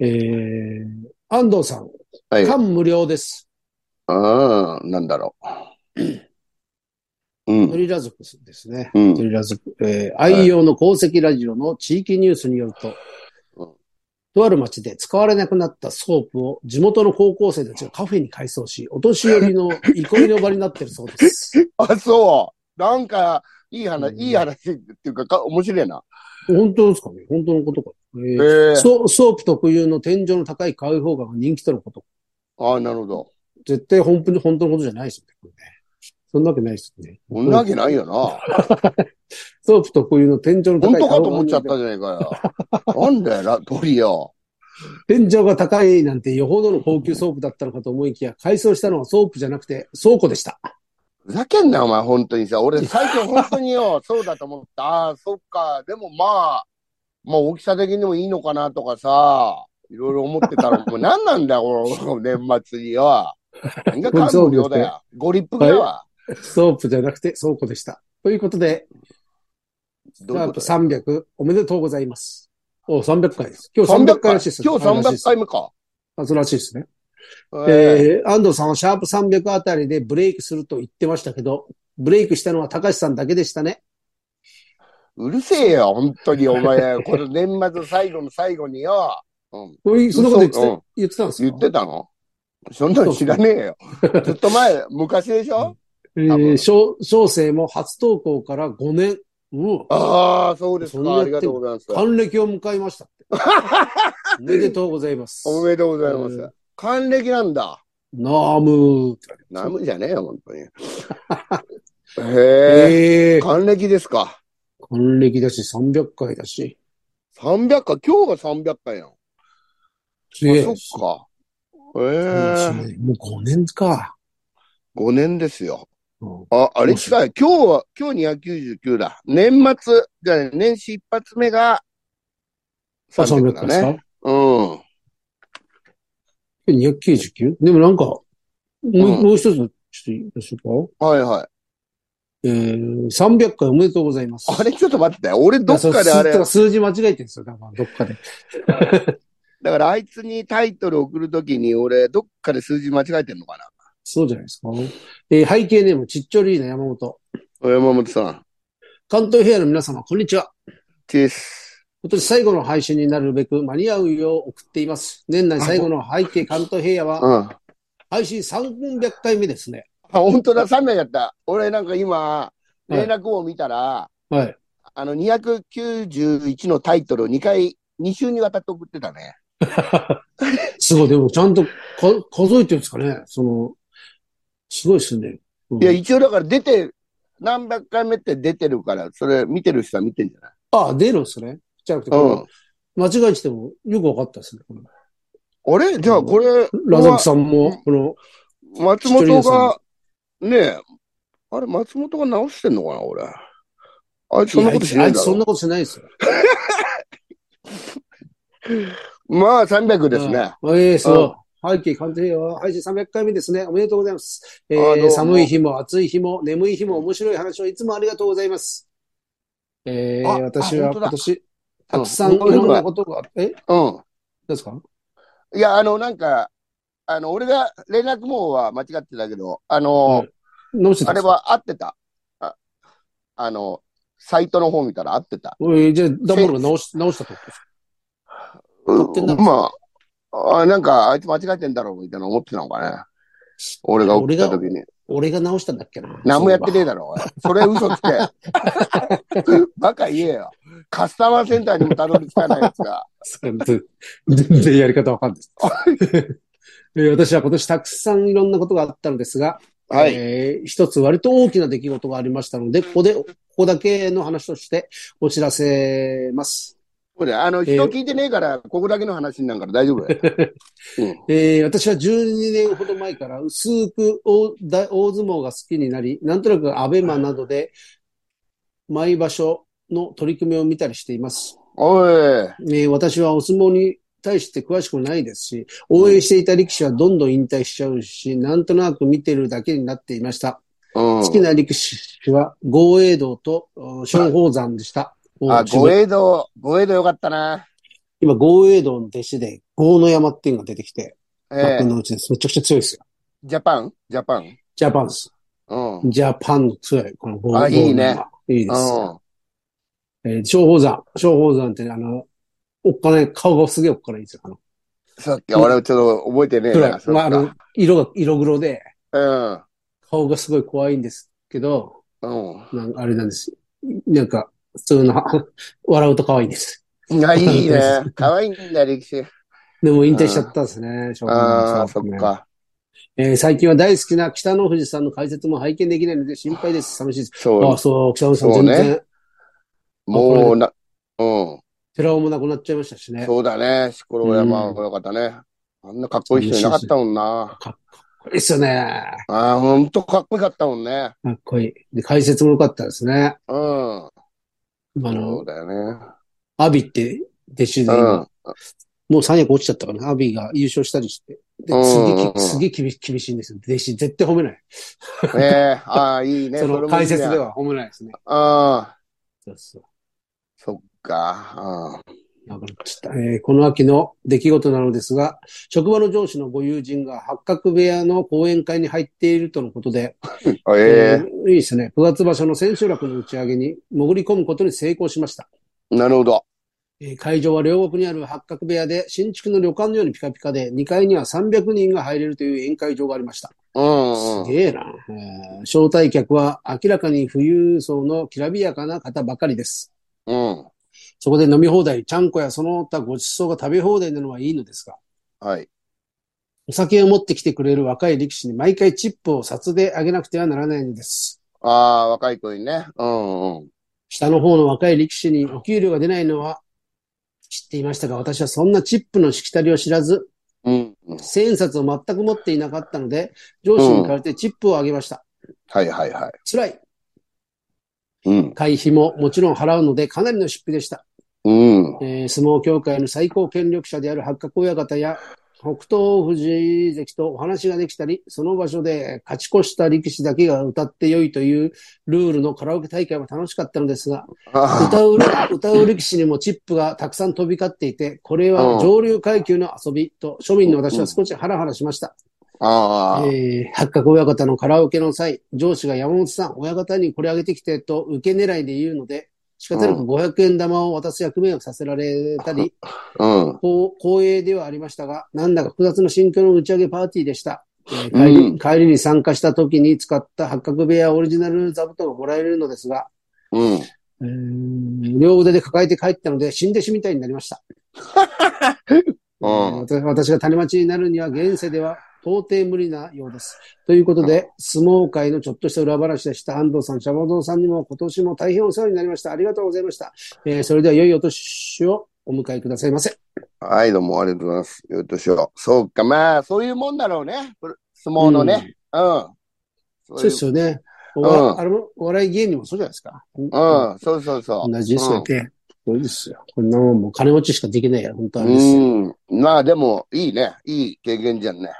Speaker 1: えー、安藤さん。
Speaker 2: はい
Speaker 1: 感無量です。
Speaker 2: ああ、なんだろう。う
Speaker 1: ト
Speaker 2: ん。
Speaker 1: リラ族ですね。
Speaker 2: う
Speaker 1: ト
Speaker 2: ん。
Speaker 1: リラ族。えー、愛用の功績ラジオの地域ニュースによると、
Speaker 2: うん
Speaker 1: とある町で使われなくなったソープを地元の高校生たちがカフェに改装し、お年寄りの憩いの場になってるそうで
Speaker 2: [laughs]
Speaker 1: す。
Speaker 2: あ、そう。なんか、いい話、
Speaker 1: うん
Speaker 2: いい話っていうか、か面白いな。
Speaker 1: 本当ですかね本当のことか。えー
Speaker 2: ええ
Speaker 1: ソソープ特有の天井の高い開放感が人気とのこと。
Speaker 2: あなるほど。
Speaker 1: 絶対本当に本当のことじゃないですよね。これねそんなわけないですよね。
Speaker 2: そんなわけないよな。
Speaker 1: ソープ特有の天井の
Speaker 2: 本
Speaker 1: 高い開
Speaker 2: 当
Speaker 1: 放
Speaker 2: か
Speaker 1: 感
Speaker 2: と思っちゃったじゃないか
Speaker 1: [laughs]
Speaker 2: よ。なんだよ、ラトリオ。
Speaker 1: 天井が高いなんてよほどの高級ソープだったのかと思いきや、改装したのはソープじゃなくて倉庫で
Speaker 2: [laughs]
Speaker 1: した。
Speaker 2: ふざけんなよ、お前、本当にさ。俺、最初本当によ、そうだと思った。ああ、そっか。でもまあ、まあ大きさ的にもいいのかなとかさ、いろいろ思って
Speaker 1: [laughs]
Speaker 2: たら、もう何なんだよ、この年末によ。何が感無量だよ。ご立腹だわ。
Speaker 1: ソープじゃなくて倉庫でした。ということで、
Speaker 2: ど
Speaker 1: カ
Speaker 2: ういう
Speaker 1: ー
Speaker 2: こ
Speaker 1: プ
Speaker 2: と
Speaker 1: 300、おめでとうございます。お、300回です。今日300
Speaker 2: 300回
Speaker 1: 回
Speaker 2: 今
Speaker 1: らしい
Speaker 2: 日
Speaker 1: ですよ。あらしいで
Speaker 2: 300
Speaker 1: す
Speaker 2: 回目か。
Speaker 1: あそうらしいですね。
Speaker 2: え
Speaker 1: えー、安藤さんはシャープ300あたりでブレイクすると言ってましたけど、ブレイクしたのは高橋さんだけでしたね。
Speaker 2: うるせえよ、本当に、お前。この年末最後の最後によ。うん、
Speaker 1: こういう、そんなこと言って,、
Speaker 2: うん
Speaker 1: 言ってたんですか
Speaker 2: 言ってたのそんなの知らねえよ。
Speaker 1: [laughs]
Speaker 2: ずっと前、昔でしょ
Speaker 1: え
Speaker 2: 多
Speaker 1: ー、
Speaker 2: 分
Speaker 1: 小、小生も初投稿から5年。うん。
Speaker 2: ああ、そうです
Speaker 1: そんな
Speaker 2: か。
Speaker 1: やってんの
Speaker 2: ありがとうございます。
Speaker 1: 還暦を迎えましたって。おめでとうございます。
Speaker 2: おめでとうございま
Speaker 1: う
Speaker 2: す。還暦なんだ。
Speaker 1: ナームーって。
Speaker 2: ナムじゃねえよ、本
Speaker 1: [laughs]
Speaker 2: 当に。へえ。
Speaker 1: ええー。
Speaker 2: 還暦ですか。
Speaker 1: 還暦だし、300回だし。
Speaker 2: 300回、今日が300回やん。
Speaker 1: すげえ。
Speaker 2: あそっか。ええ。
Speaker 1: もう5年か。
Speaker 2: 5年ですよ。
Speaker 1: うん
Speaker 2: あ、あれ近い。今日は、今日299だ。年末、じゃあね、年始一発目が
Speaker 1: あ、300回
Speaker 2: 300だ
Speaker 1: です
Speaker 2: ね。
Speaker 1: か
Speaker 2: うん。
Speaker 1: 299? でもなんか、もう、
Speaker 2: うん
Speaker 1: もう一つ、ちょっといいでしょうか
Speaker 2: はいはい。
Speaker 1: えー、300回おめでとうございます。
Speaker 2: あれちょっと待って、俺どっ
Speaker 1: い
Speaker 2: か
Speaker 1: や
Speaker 2: で
Speaker 1: そう
Speaker 2: あれ、
Speaker 1: 数数字間違えてるんですよ。だからどっかで。
Speaker 2: だからあいつにタイトル送るときに俺どっかで数字間違えてんのかな。
Speaker 1: そうじゃないですか。えー背景ネーム、ちっちょリーナ山本。
Speaker 2: 山本さん。
Speaker 1: 関東平野の皆様、こんにちは。
Speaker 2: チース。
Speaker 1: 今年最後の配信になるべく間に合うよう送っています。年内最後の背景関東平野
Speaker 2: う
Speaker 1: は
Speaker 2: ん。あ、
Speaker 1: 配信300回目ですね。
Speaker 2: 本当だ、3名やった。俺なんか今、
Speaker 1: い
Speaker 2: 連絡を見たら、
Speaker 1: はい。
Speaker 2: あの、291のタイトルを2回、2週にわたって送ってたね。
Speaker 1: すごい、でもちゃんとか数えてるんですかね。その、すごいですね。うん
Speaker 2: いや、一応だから出て、何百回目って出てるから、それ見てる人は見てんじゃない
Speaker 1: あ、出るんですね。じゃなくて、
Speaker 2: うん。
Speaker 1: 間違えててもよくわかったですね。これ
Speaker 2: あれじゃあこれ、
Speaker 1: ラザクさんも、この、
Speaker 2: 松本が、ねえ、あれ松本が直してんのかな、俺。あいつそんなことし
Speaker 1: いや
Speaker 2: な
Speaker 1: あ
Speaker 2: い
Speaker 1: い
Speaker 2: だ
Speaker 1: つそん
Speaker 2: ろ。
Speaker 1: なことしないですよ。
Speaker 2: まあ300ですね。
Speaker 1: うん。ええそう。背景関係は配信300回目ですね。おめでとうございます。え
Speaker 2: あどう
Speaker 1: ー、
Speaker 2: も
Speaker 1: 寒い日も暑い日も眠い日も面白い話をいつもありがとうございます。えー、
Speaker 2: あ
Speaker 1: 私
Speaker 2: あ
Speaker 1: は
Speaker 2: 本当だ
Speaker 1: 今年、たくさん
Speaker 2: うん
Speaker 1: いろんなことが、え、
Speaker 2: うん。
Speaker 1: 何ですか
Speaker 2: いや、あの、なんか、あの、俺が連絡網は間違ってたけど、あの、
Speaker 1: はい直してた
Speaker 2: あ
Speaker 1: んです
Speaker 2: れ
Speaker 1: か
Speaker 2: は合ってた。ああの、サイトの方見たら合ってた。
Speaker 1: えーじゃあ、ダンボールが直し、直したってことですか
Speaker 2: う
Speaker 1: ってんな
Speaker 2: まあ、あなんか、あいつ間違えてんだろうみたいな思ってたのかね。俺が送った時に。
Speaker 1: 俺が直したんだっけな。
Speaker 2: 何もやってねえだろ、おいそれ嘘
Speaker 1: [laughs]
Speaker 2: つけ。バカ言えよ。カスタマーセンターにもたどり着かないやつが。
Speaker 1: そういうこと [laughs] 全然やり方わかんないです。
Speaker 2: [laughs]
Speaker 1: えー私は今年たくさんいろんなことがあったのですが、
Speaker 2: はい。
Speaker 1: えー一つ割と大きな出来事がありましたので、ここで、ここだけの話としてお知らせます。
Speaker 2: これ、あの、
Speaker 1: ー
Speaker 2: 人聞いてねえから、ここだけの話になるから大丈夫だよ。うん
Speaker 1: えー私は12年ほど前から薄く大大大相撲が好きになり、なんとなくアベマなどで、毎場所の取り組みを見たりしています。
Speaker 2: おい。
Speaker 1: えー私はお相撲に対して詳しくもないですし、応援していた力士はどんどん引退しちゃうし、なんとなく見てるだけになっていました。
Speaker 2: うん
Speaker 1: 好きな力士は、豪栄道とうん松鳳山でした。
Speaker 2: あ、
Speaker 1: も
Speaker 2: ご
Speaker 1: う
Speaker 2: エド、ごエドよかったな。
Speaker 1: 今、豪栄道の弟子で、豪の山っていうのが出てきて、
Speaker 2: え
Speaker 1: 幕
Speaker 2: え
Speaker 1: の内です。めちゃくちゃ強いですよ。
Speaker 2: ジャパンジャパン。
Speaker 1: ジャパンです。
Speaker 2: うん。うん。
Speaker 1: ジャパンの強い、この豪
Speaker 2: あい
Speaker 1: 豪
Speaker 2: いね
Speaker 1: の山いいですよ。
Speaker 2: あ
Speaker 1: えー、松鳳山。松鳳山ってね、あの、おっかない、顔がすげえおっかないんですよ。あの
Speaker 2: さっき、俺はちょっと覚えてねえ
Speaker 1: 暗
Speaker 2: な。
Speaker 1: い
Speaker 2: そっ
Speaker 1: まあ、
Speaker 2: か
Speaker 1: あの、色が、色黒で、
Speaker 2: うん。
Speaker 1: 顔がすごい怖いんですけど、
Speaker 2: うん。
Speaker 1: なんかあれなんです。なんか、普通の、笑うと可愛いんです。
Speaker 2: いや、いい
Speaker 1: [laughs]
Speaker 2: ね。可愛いんだ、歴史。
Speaker 1: でも引退しちゃったんですね、小学校
Speaker 2: あ
Speaker 1: の
Speaker 2: あ、そっ
Speaker 1: ね
Speaker 2: か。
Speaker 1: えー最近は大好きな北の富士さんの解説も拝見できないので心配です。寂しいです。あ
Speaker 2: そ
Speaker 1: あ、そう、北の富士さ
Speaker 2: そ
Speaker 1: ん
Speaker 2: う
Speaker 1: 全
Speaker 2: ね
Speaker 1: 然、
Speaker 2: う。もうな、うん。
Speaker 1: 寺尾もなくなっちゃいましたしね。
Speaker 2: そうだね。しころ山親方ね。あんなかっこいい人いなかったもんな。
Speaker 1: いいっすよね。
Speaker 2: ああ、ほんとかっこよかったもんね。
Speaker 1: かっこいい。で、解説も良かったですね。
Speaker 2: うん。
Speaker 1: あ
Speaker 2: そ
Speaker 1: の
Speaker 2: う、だよね。
Speaker 1: アビって弟子で
Speaker 2: う
Speaker 1: 今、
Speaker 2: ん。
Speaker 1: もう三役落ちちゃったかな。アビが優勝したりして。で
Speaker 2: うん
Speaker 1: す
Speaker 2: うん
Speaker 1: げ
Speaker 2: う
Speaker 1: え
Speaker 2: ん
Speaker 1: き、すげえ厳し厳しいんですよ。弟子絶対褒めない。
Speaker 2: ええああ、いいね。
Speaker 1: [laughs] そ
Speaker 2: れもいい
Speaker 1: の
Speaker 2: ね
Speaker 1: 解説で。は褒めないですね。
Speaker 2: ああ、
Speaker 1: そうそう。
Speaker 2: そっか。
Speaker 1: なくなっちゃった。えーこの秋の出来事なのですが、職場の上司のご友人が八角部屋の講演会に入っているとのことで、
Speaker 2: うん。え
Speaker 1: ーいいですね。9月場所の千秋楽の打ち上げに潜り込むことに成功しました。
Speaker 2: えなるほど。
Speaker 1: えー会場は両国にある八角部屋で、新築の旅館のようにピカピカで、2階には300人が入れるという宴会場がありました。
Speaker 2: うん、
Speaker 1: す
Speaker 2: うん。
Speaker 1: げえな、えー招待客は明らかに富裕層のきらびやかな方ばかりです。
Speaker 2: うん。
Speaker 1: そこで飲み放題、ちゃんこやその他ご馳走が食べ放題なのはいいのですが、
Speaker 2: はい。
Speaker 1: お酒を持ってきてくれる若い力士に毎回チップを札であげなくてはならないのです。
Speaker 2: ああ、若い子にね。うん、うん。
Speaker 1: 下の方の若い力士にお給料が出ないのは知っていましたが、私はそんなチップのしきたりを知らず、
Speaker 2: うん。
Speaker 1: 千円札を全く持っていなかったので、上司に代わってチップをあげました。
Speaker 2: はいはいはい。
Speaker 1: 辛い。
Speaker 2: うん。
Speaker 1: 会費ももちろん払うので、かなりの出費でした。
Speaker 2: うん。
Speaker 1: えー相撲協会の最高権力者である八角親方や、北東富士関とお話ができたり、その場所で勝ち越した力士だけが歌って良いというルールのカラオケ大会は楽しかったのですが、
Speaker 2: あ
Speaker 1: 歌う、歌う力士にもチップがたくさん飛び交っていて、これ
Speaker 2: う
Speaker 1: は
Speaker 2: ん
Speaker 1: 上流階級の遊びと庶民の私は少しハラハラしました。
Speaker 2: あ、ああ、
Speaker 1: えー、八角親方のカラオケの際、上司が山本さん、親方にこれあげてきてと受け狙いで言うので、仕方なく
Speaker 2: う
Speaker 1: 500円玉を渡す役目をさせられたり、
Speaker 2: うん。
Speaker 1: こう光栄ではありましたが、なんだか複雑な心境の打ち上げパーティーでした。えー帰り,、
Speaker 2: うん
Speaker 1: 帰りに参加した時に使った八角部屋オリジナル座布団がもらえるのですが、
Speaker 2: うん。
Speaker 1: えー両腕で抱えて帰ったので死んで死みたいになりま
Speaker 2: [laughs]
Speaker 1: した。
Speaker 2: うん。
Speaker 1: 私私が種町になるには現世では到底無理なようです。ということで、相撲界のちょっとした裏話でした。安藤さん、シャバドウさんにも今年も大変お世話になりました。ありがとうございました。えーそれでは良いお年をお迎えくださいませ。
Speaker 2: はい、どうもありがとうございます。よいとしよう。そうか、まあ、そういうもんだろうね。プロ相撲のね。うん。
Speaker 1: そうです
Speaker 2: う。
Speaker 1: よね。お
Speaker 2: う
Speaker 1: わ
Speaker 2: ん
Speaker 1: あれもお笑い芸人もそうじゃないですか。
Speaker 2: うん、そうそうそう。
Speaker 1: 同じですよね。そうですよ。こんなもんもう金持ちしかできないや、本当あれですよ。
Speaker 2: うん。まあ、でも、いいね。いい経験じゃんね。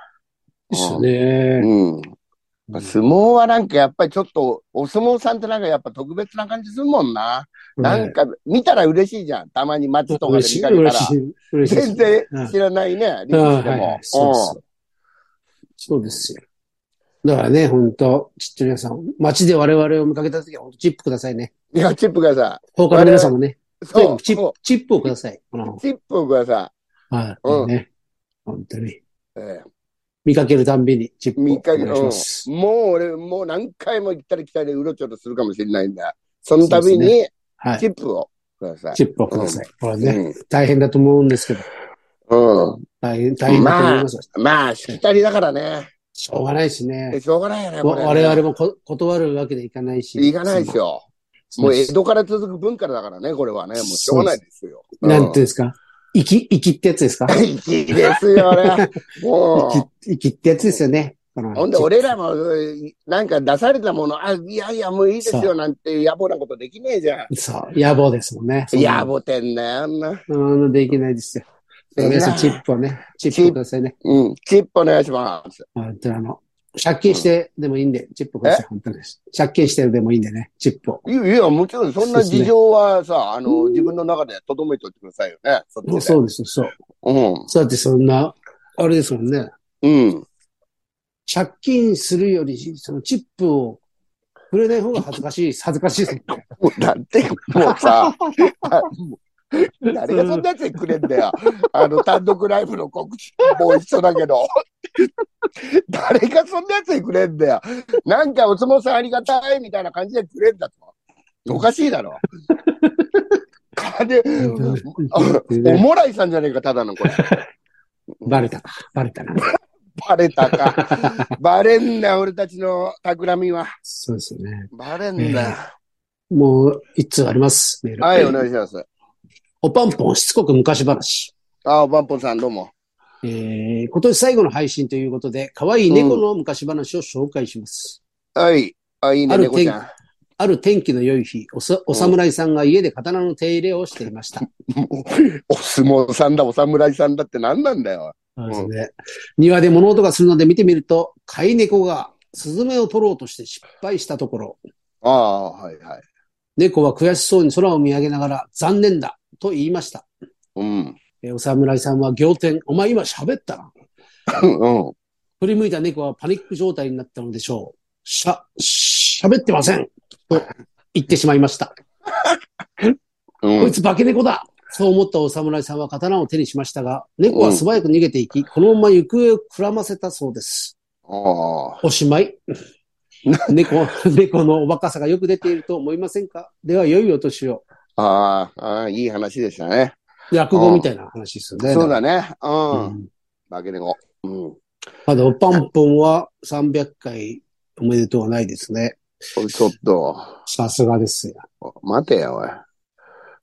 Speaker 1: ですよね。
Speaker 2: うん。相撲はなんかやっぱりちょっと、お相撲さんってなんかやっぱ特別な感じするもんな。なんか見たら嬉しいじゃん。たまに街とかで
Speaker 1: 嬉し
Speaker 2: 見
Speaker 1: い、
Speaker 2: かけたら
Speaker 1: 嬉。しい、嬉しいです
Speaker 2: 全
Speaker 1: ね。
Speaker 2: 然
Speaker 1: うん
Speaker 2: 知らないね。力
Speaker 1: ああ
Speaker 2: 士で
Speaker 1: はいは
Speaker 2: も
Speaker 1: い。そうそう。そうですよ。だからね、本当ちっちゃい皆さん、街で我々を見かけたときは、ほんとチップくださいね。
Speaker 2: うんいや、チップくださ
Speaker 1: 他の皆さんもね、
Speaker 2: い。
Speaker 1: とにか
Speaker 2: そう、
Speaker 1: くチッ
Speaker 2: そ
Speaker 1: プ、チップをください。この
Speaker 2: う、チップくださ
Speaker 1: はい、
Speaker 2: うん
Speaker 1: ね。本当に。
Speaker 2: い。え
Speaker 1: 見かけるたんびにチップを
Speaker 2: 見かけ
Speaker 1: お願いします
Speaker 2: え。もう俺、もう何回も行ったり来たりうろちょろするかもしれないんだ。その度
Speaker 1: そうで
Speaker 2: に、
Speaker 1: はい。
Speaker 2: チップをください。
Speaker 1: チップをください。これ
Speaker 2: う
Speaker 1: ね、
Speaker 2: ん。
Speaker 1: 大変だと思うんですけど、
Speaker 2: う
Speaker 1: 大変、大変だと思いますよ。
Speaker 2: ん。まあ、しきたりだからね。
Speaker 1: しょうがないしね。
Speaker 2: しょうがないよね、こ
Speaker 1: わ
Speaker 2: れね。
Speaker 1: 我々もこ断るわけにはいかないし。
Speaker 2: いかないですよ。
Speaker 1: そ
Speaker 2: も
Speaker 1: の。
Speaker 2: う
Speaker 1: そうで
Speaker 2: 江
Speaker 1: す
Speaker 2: 戸から続く文化だからね、これはね。もうしょうがないですよ。
Speaker 1: なんていうん
Speaker 2: う
Speaker 1: ですか生き、生きってやつですか
Speaker 2: ん。粋です
Speaker 1: [laughs]
Speaker 2: よね。もう。
Speaker 1: 生き、生きってやつですよね。この
Speaker 2: ほんで、俺らも、なんか出されたもの、あ、いやいや、もういいです
Speaker 1: そ
Speaker 2: よ、なんていう野暮なことできねえじゃん。
Speaker 1: そう、野望ですもんね。
Speaker 2: 野暮てんだよ、あんな。
Speaker 1: うん、できないですよ。
Speaker 2: できない
Speaker 1: 皆さん、チップをね、チップをくださいね。
Speaker 2: うん。チップお願いします。
Speaker 1: 本当にあの、借金してでもいいんで、チップください。本当です。借金してでもいいんでね、チップを。
Speaker 2: いや、いや、もちろん、そんな事情はさ、あの、自分の中で留めておいてくださいよね。そっちで。
Speaker 1: そうですよ、そう。
Speaker 2: う
Speaker 1: そうだってそんな、あれですもんね。
Speaker 2: ん。うん。
Speaker 1: 借金するより、そのチップをくれない方が恥ずかしい、恥ずかしいですもんね。
Speaker 2: もうだって、もうさ、誰がそんなやつにくれんだよ。あの、単独ライブの告知も一緒だけど。誰がそんなやつにくれんだよ。なんかお相撲さんありがたいみたいな感じでくれんだと。おかしいだ [laughs] ろ。金、おもらいさんじゃねえか、ただのこれ。
Speaker 1: [laughs] バレたか、バレたな。
Speaker 2: バレたか。バレんな、俺たちの企みは。
Speaker 1: そうですね。
Speaker 2: バレんな。
Speaker 1: もう、一通あります、メール。
Speaker 2: はい、お願いします。
Speaker 1: おぱんぽん、しつこく昔話。
Speaker 2: あ、おぱんぽんさん、どうも。
Speaker 1: えー、今年最後の配信ということで、可愛い猫の昔話を紹介します。
Speaker 2: うん、はい。あ、いいね、猫ちゃん。
Speaker 1: ある天気の良い日、おお侍さんが家で刀の手入れをしていました。
Speaker 2: お相撲さんだ、お侍さんだって何なんだよ。
Speaker 1: そうですね。うん、庭で物音がするので見てみると、飼い猫がスズメを取ろうとして失敗したところ。
Speaker 2: ああ、はいはい。
Speaker 1: 猫は悔しそうに空を見上げながら、残念だと言いました。
Speaker 2: うん。
Speaker 1: えお侍さんは仰天、お前今喋ったな。
Speaker 2: うん。
Speaker 1: 振り向いた猫はパニック状態になったのでしょう。しゃ、喋ってません。と言ってしまいました。うん、こいつ化け猫だそう思ったお侍さんは刀を手にしましたが、猫は素早く逃げていき、うん、このまま行方をくらませたそうです。おしまい。
Speaker 2: [laughs]
Speaker 1: 猫、猫のおバカさがよく出ていると思いませんかでは、良いお年を。
Speaker 2: ああ、いい話でしたね。
Speaker 1: 落語みたいな話ですよね。
Speaker 2: そうだね。うん。化け猫。うん。
Speaker 1: まだ、おぱんぽんは300回おめでとうはないですね。
Speaker 2: ちょっと。
Speaker 1: さすがですよ。
Speaker 2: 待てよ、おい。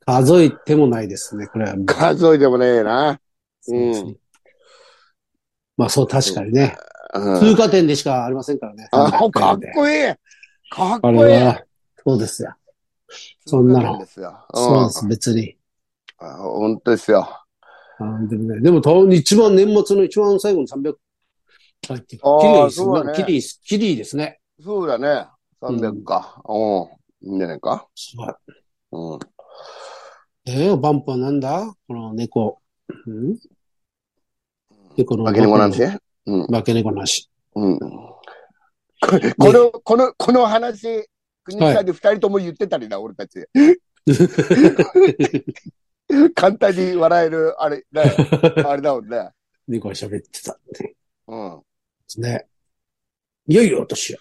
Speaker 1: 数えてもないですね、これは。
Speaker 2: 数えてもねえな。うん。
Speaker 1: まあそう、確かにね。通過点でしかありませんからね。
Speaker 2: あ、かっこいいかっこいい
Speaker 1: そうですよ。そんなの。そうです、別に。
Speaker 2: 本当ですよ。
Speaker 1: でもね、でも、一番年末の一番最後の300回って、キリですね。キリ、キリですね。
Speaker 2: そうだね。300か。うん。いいんじゃないか。
Speaker 1: すごい。
Speaker 2: うん。
Speaker 1: えー、バンプはなんだこの猫。うん
Speaker 2: 猫の。化け猫なんで
Speaker 1: うん。化け猫なし。
Speaker 2: うん。この、この、この話、国際で二人とも言ってたりな、俺
Speaker 1: [laughs]
Speaker 2: たち。簡単に笑える、あれ、
Speaker 1: [laughs]
Speaker 2: ね、あれだもんね。
Speaker 1: 猫は喋ってたって。
Speaker 2: う
Speaker 1: で
Speaker 2: ん。
Speaker 1: すね。いよいよお年を。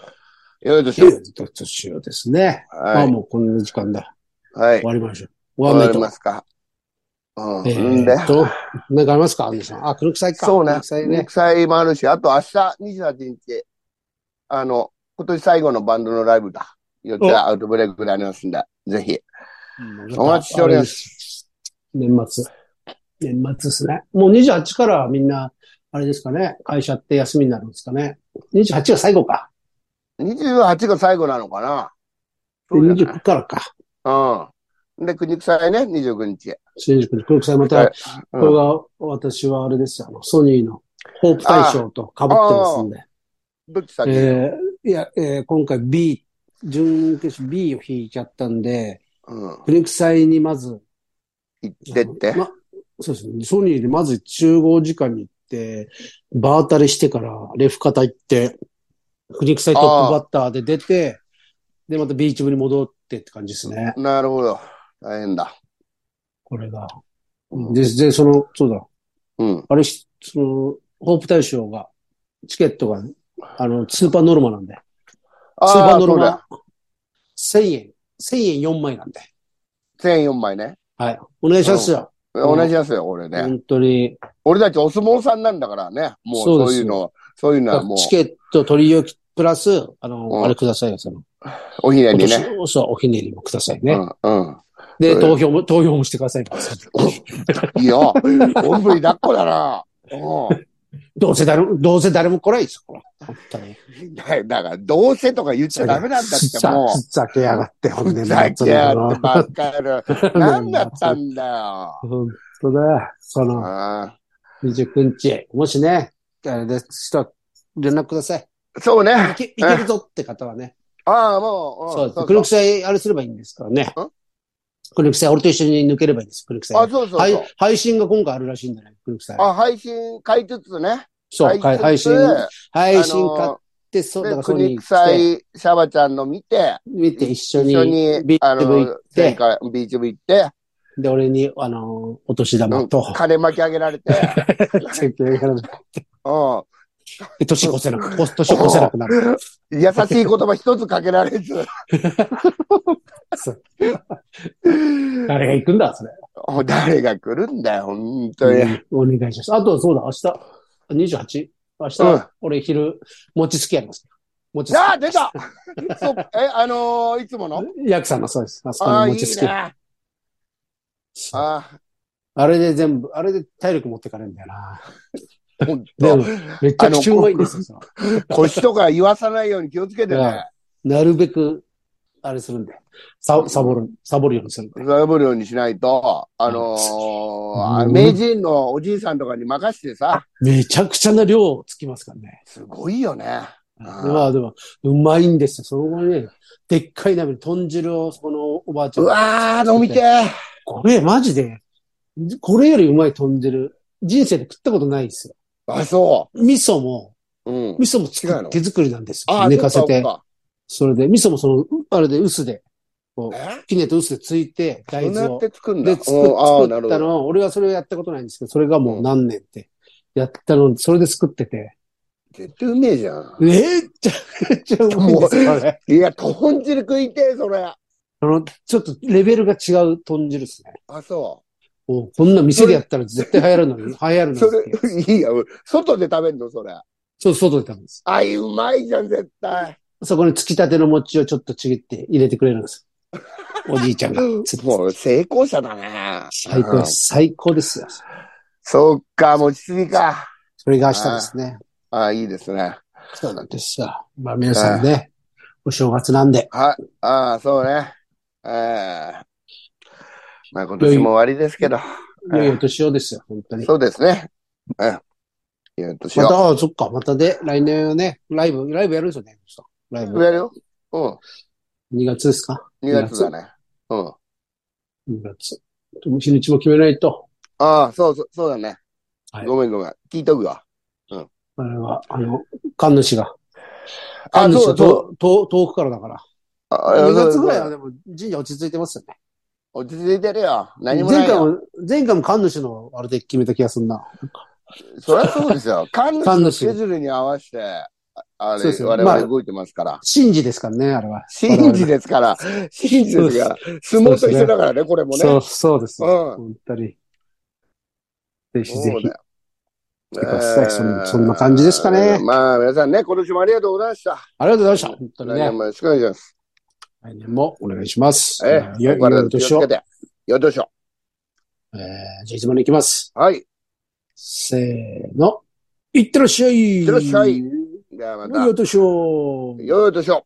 Speaker 2: よい
Speaker 1: しょ。よいしょですね。はい。まあもうこんな時間だ。
Speaker 2: はい。
Speaker 1: 終わりましょう。
Speaker 2: 終わりますか。
Speaker 1: うん。えっと、なんかありますかアンデさん。あ、黒臭いか。
Speaker 2: そうね。
Speaker 1: 黒臭
Speaker 2: いね。黒臭いもあるし、あと明日28日、あの、今年最後のバンドのライブだ。予定アウトブレイクになりますんで、ぜひ。お待ちしております。
Speaker 1: 年末。年末ですね。もう28からみんな、あれですかね。会社って休みになるんですかね。28が最後か。
Speaker 2: 28が最後なのかな
Speaker 1: そうな ?29 から
Speaker 2: か。うん。で、国臭いね、29日。
Speaker 1: 29日、国臭いまた、はいうん、これが、私はあれですよ、あの、ソニーのホープ大賞と被ってますんで。
Speaker 2: どっち先
Speaker 1: えー、いや、えー、今回 B、準決勝 B を引いちゃったんで、
Speaker 2: うん、
Speaker 1: 国臭いにまず、
Speaker 2: 行ってって。
Speaker 1: ま、そうですね、ソニーでまず集合時間に行って、バータレしてから、レフ型行って、国臭いトップバッターで出て、で、またビーチ部に戻ってって感じですね。
Speaker 2: なるほど。大変だ。
Speaker 1: これが。で、で、その、そうだ。
Speaker 2: うん。
Speaker 1: あれ、その、ホープ大賞が、チケットが、ね、あの、スーパーノルマなんで。
Speaker 2: あ
Speaker 1: スーパーノルマ、1000円、1000円4枚なんで。
Speaker 2: 1000円4枚ね。
Speaker 1: はい。お願いしますよ。
Speaker 2: お願いしますよ、俺ね。
Speaker 1: 本当に。
Speaker 2: 俺たちお相撲さんなんだからね。もうそういうの、そういうのはもう。
Speaker 1: チケット取り置き、プラス、あの、あれくださいよ、その。
Speaker 2: おひねりね。
Speaker 1: そう、おひねりもくださいね。
Speaker 2: うん。
Speaker 1: で、投票も、投票もしてください。
Speaker 2: いや、おんぶり抱っこだな。
Speaker 1: どうせ誰も、どうせ誰も来ないですよ、本当
Speaker 2: に。だから、どうせとか言っちゃダメなんだって、もう。
Speaker 1: ふざけやがって、
Speaker 2: ほんで。ふざけやがって、ばっかる。何だったんだよ。
Speaker 1: 本当だ。その、29日、もしね、あれです、人、連絡ください。
Speaker 2: そうね。
Speaker 1: いけ、いけるぞって方はね。
Speaker 2: ああ、もう、そう
Speaker 1: です。黒臭い、あれすればいいんですからね。黒臭い、俺と一緒に抜ければいいんです、黒臭い。
Speaker 2: あ、そうそうそう。
Speaker 1: 配信が今回あるらしいんだね、黒臭い。
Speaker 2: あ、配信買いつつね。
Speaker 1: そう、配信、配信買って、そう、だから
Speaker 2: そ黒臭い、シャバちゃんの見て、
Speaker 1: 見て一緒に、
Speaker 2: 一緒に、
Speaker 1: ビーチ部行って、 [laughs]
Speaker 2: ビーチ部行って、
Speaker 1: で、俺に、あの、お年玉 [laughs] と、
Speaker 2: 金巻き上げられて。
Speaker 1: 設計がなくなって
Speaker 2: うん。
Speaker 1: で年越せなく、年越せなくな [laughs] る。
Speaker 2: 優しい言葉一つかけられず。
Speaker 1: 誰が行くんだ、それ。
Speaker 2: 誰が来るんだよ、本当に。
Speaker 1: うんお願いします。あと、そうだ、明日、28? 明日、
Speaker 2: うん
Speaker 1: 俺昼、餅つきやります。餅つ
Speaker 2: ああ、出たそうえ、あのーいつもの
Speaker 1: き。ヤクさんのそうです。あそこ
Speaker 2: あ
Speaker 1: の
Speaker 2: あ、いい
Speaker 1: 餅つき。
Speaker 2: ね。ああ、
Speaker 1: あれで全部、あれで体力持ってかれるんだよな。
Speaker 2: 本
Speaker 1: でも
Speaker 2: 当。、
Speaker 1: めちゃくちゃうまいんですよ。その
Speaker 2: 腰とか言わさないように気をつけて
Speaker 1: うん
Speaker 2: ね。
Speaker 1: なるべく、あれするんで。ササボる、サボるようにするんで。
Speaker 2: サボるようにしないと、あのー
Speaker 1: うん
Speaker 2: 名人のおじいさんとかに任せてさ、
Speaker 1: めちゃくちゃな量つきますからね。
Speaker 2: すごいよね。あー
Speaker 1: まあでも、うまいんですよ。その後にね、でっかい鍋に豚汁を、そのおばあちゃ
Speaker 2: うん
Speaker 1: が
Speaker 2: わー、飲みてー
Speaker 1: これ、マジで、これよりうまい豚汁、人生で食ったことないですよ。
Speaker 2: あ、そ
Speaker 1: 味噌も、
Speaker 2: う。うん。
Speaker 1: 味噌も
Speaker 2: 違う
Speaker 1: 作
Speaker 2: の
Speaker 1: 手作りなんです
Speaker 2: あ
Speaker 1: よ。
Speaker 2: あ、
Speaker 1: 寝かせて
Speaker 2: そ。っか
Speaker 1: それで、味噌もその、あれで薄で、
Speaker 2: そっか
Speaker 1: きねと薄でついて、
Speaker 2: えそ
Speaker 1: 大
Speaker 2: うや
Speaker 1: 豆
Speaker 2: っ
Speaker 1: を
Speaker 2: て。作るんだ。
Speaker 1: で、作っ
Speaker 2: うんああ、な
Speaker 1: 作
Speaker 2: る
Speaker 1: っ
Speaker 2: ほ
Speaker 1: た
Speaker 2: ど。
Speaker 1: のを、俺はそれをやったことないんですけど、それがもう何年って、やったの、それで作ってて、
Speaker 2: 絶対うめえじゃん。
Speaker 1: めっちゃ、めっちゃうまいんですよ、あれ。
Speaker 2: いや、豚汁食いてえ、それ。
Speaker 1: あの、ちょっとレベルが違う豚汁ですね。
Speaker 2: あ、そ
Speaker 1: もうこんな店でやったら絶対流行るのに、流行るの
Speaker 2: う。
Speaker 1: に。
Speaker 2: それ、 [laughs] いいや、外で食べんの、それ。
Speaker 1: そう、外で食べます。
Speaker 2: あ、うまいじゃん、絶
Speaker 1: [laughs]
Speaker 2: 対。
Speaker 1: そこにつきたての餅をちょっとちぎって入れてくれるん
Speaker 2: [laughs]
Speaker 1: ですよ。おじいちゃんが。つって
Speaker 2: もう、成功者だね。
Speaker 1: 最高で
Speaker 2: うん
Speaker 1: す。最高ですよ。
Speaker 2: そっか、餅つぎか。
Speaker 1: それが明日ですね。
Speaker 2: あ、いいですね。
Speaker 1: そうなんですよ。まあ皆さんね、お正月なんで。
Speaker 2: は、あ、そうね。ええまあ、今年も終わりですけど。
Speaker 1: 良いお年をですよ、本当に。
Speaker 2: そうですね。ええ。いや、年
Speaker 1: ま
Speaker 2: は。
Speaker 1: た、ああ、そっか、またで、来年はね、ライブ、ライブやるんですよね。ライ
Speaker 2: や
Speaker 1: ブ。
Speaker 2: るよ。うん。
Speaker 1: 2月ですか
Speaker 2: 2月だね。うん。
Speaker 1: ?2 月。日にちも決めないと。
Speaker 2: ああ、そうそう、そうだね。
Speaker 1: はい
Speaker 2: ごめんごめん。聞いとくわ。
Speaker 1: あれは、あの、神主が。
Speaker 2: あ、
Speaker 1: 神主
Speaker 2: そ
Speaker 1: は
Speaker 2: うそう。
Speaker 1: とと遠くからだから。
Speaker 2: あ
Speaker 1: 2月ぐらい
Speaker 2: そう
Speaker 1: はでも神社落ち着いてますよね。
Speaker 2: 落ち着いてるよ。何もな
Speaker 1: 前
Speaker 2: い
Speaker 1: 回
Speaker 2: よ。
Speaker 1: も、前回も神主のあれで決めた気がするな。
Speaker 2: そりゃそうで
Speaker 1: [laughs]
Speaker 2: すよ。神主のスケジュールに合わせて、ああ
Speaker 1: そう
Speaker 2: れ
Speaker 1: で、すよ
Speaker 2: 我
Speaker 1: まあ
Speaker 2: 々動いてますから。
Speaker 1: 神事ですからね、あれは。
Speaker 2: 真珠で
Speaker 1: [laughs]
Speaker 2: すから、真珠ですから、相撲と一緒だからね、これもね。
Speaker 1: そうう、そうです。
Speaker 2: ん。
Speaker 1: 本当に。ぜひぜ
Speaker 2: そう
Speaker 1: ひ
Speaker 2: だ。よ
Speaker 1: 来てくださいそんそんな感じですかね
Speaker 2: えーまあ、皆さんね、今年もありがとうございました。
Speaker 1: ありがとうございました。本当に
Speaker 2: 来年
Speaker 1: ね。
Speaker 2: もよろしくお願いします。
Speaker 1: 来年もお願いします。
Speaker 2: え
Speaker 1: え
Speaker 2: ー
Speaker 1: ー、よ、
Speaker 2: お体
Speaker 1: よい
Speaker 2: 気を
Speaker 1: と
Speaker 2: つ
Speaker 1: しょ。
Speaker 2: け
Speaker 1: え
Speaker 2: て。よいとしょ。
Speaker 1: ー、じゃあいつもに行きます。
Speaker 2: はい。
Speaker 1: せーの。いってらっしゃい。
Speaker 2: いってらっしゃい
Speaker 1: よ
Speaker 2: じゃあま
Speaker 1: いお
Speaker 2: た、
Speaker 1: 年を。
Speaker 2: よいとしょ。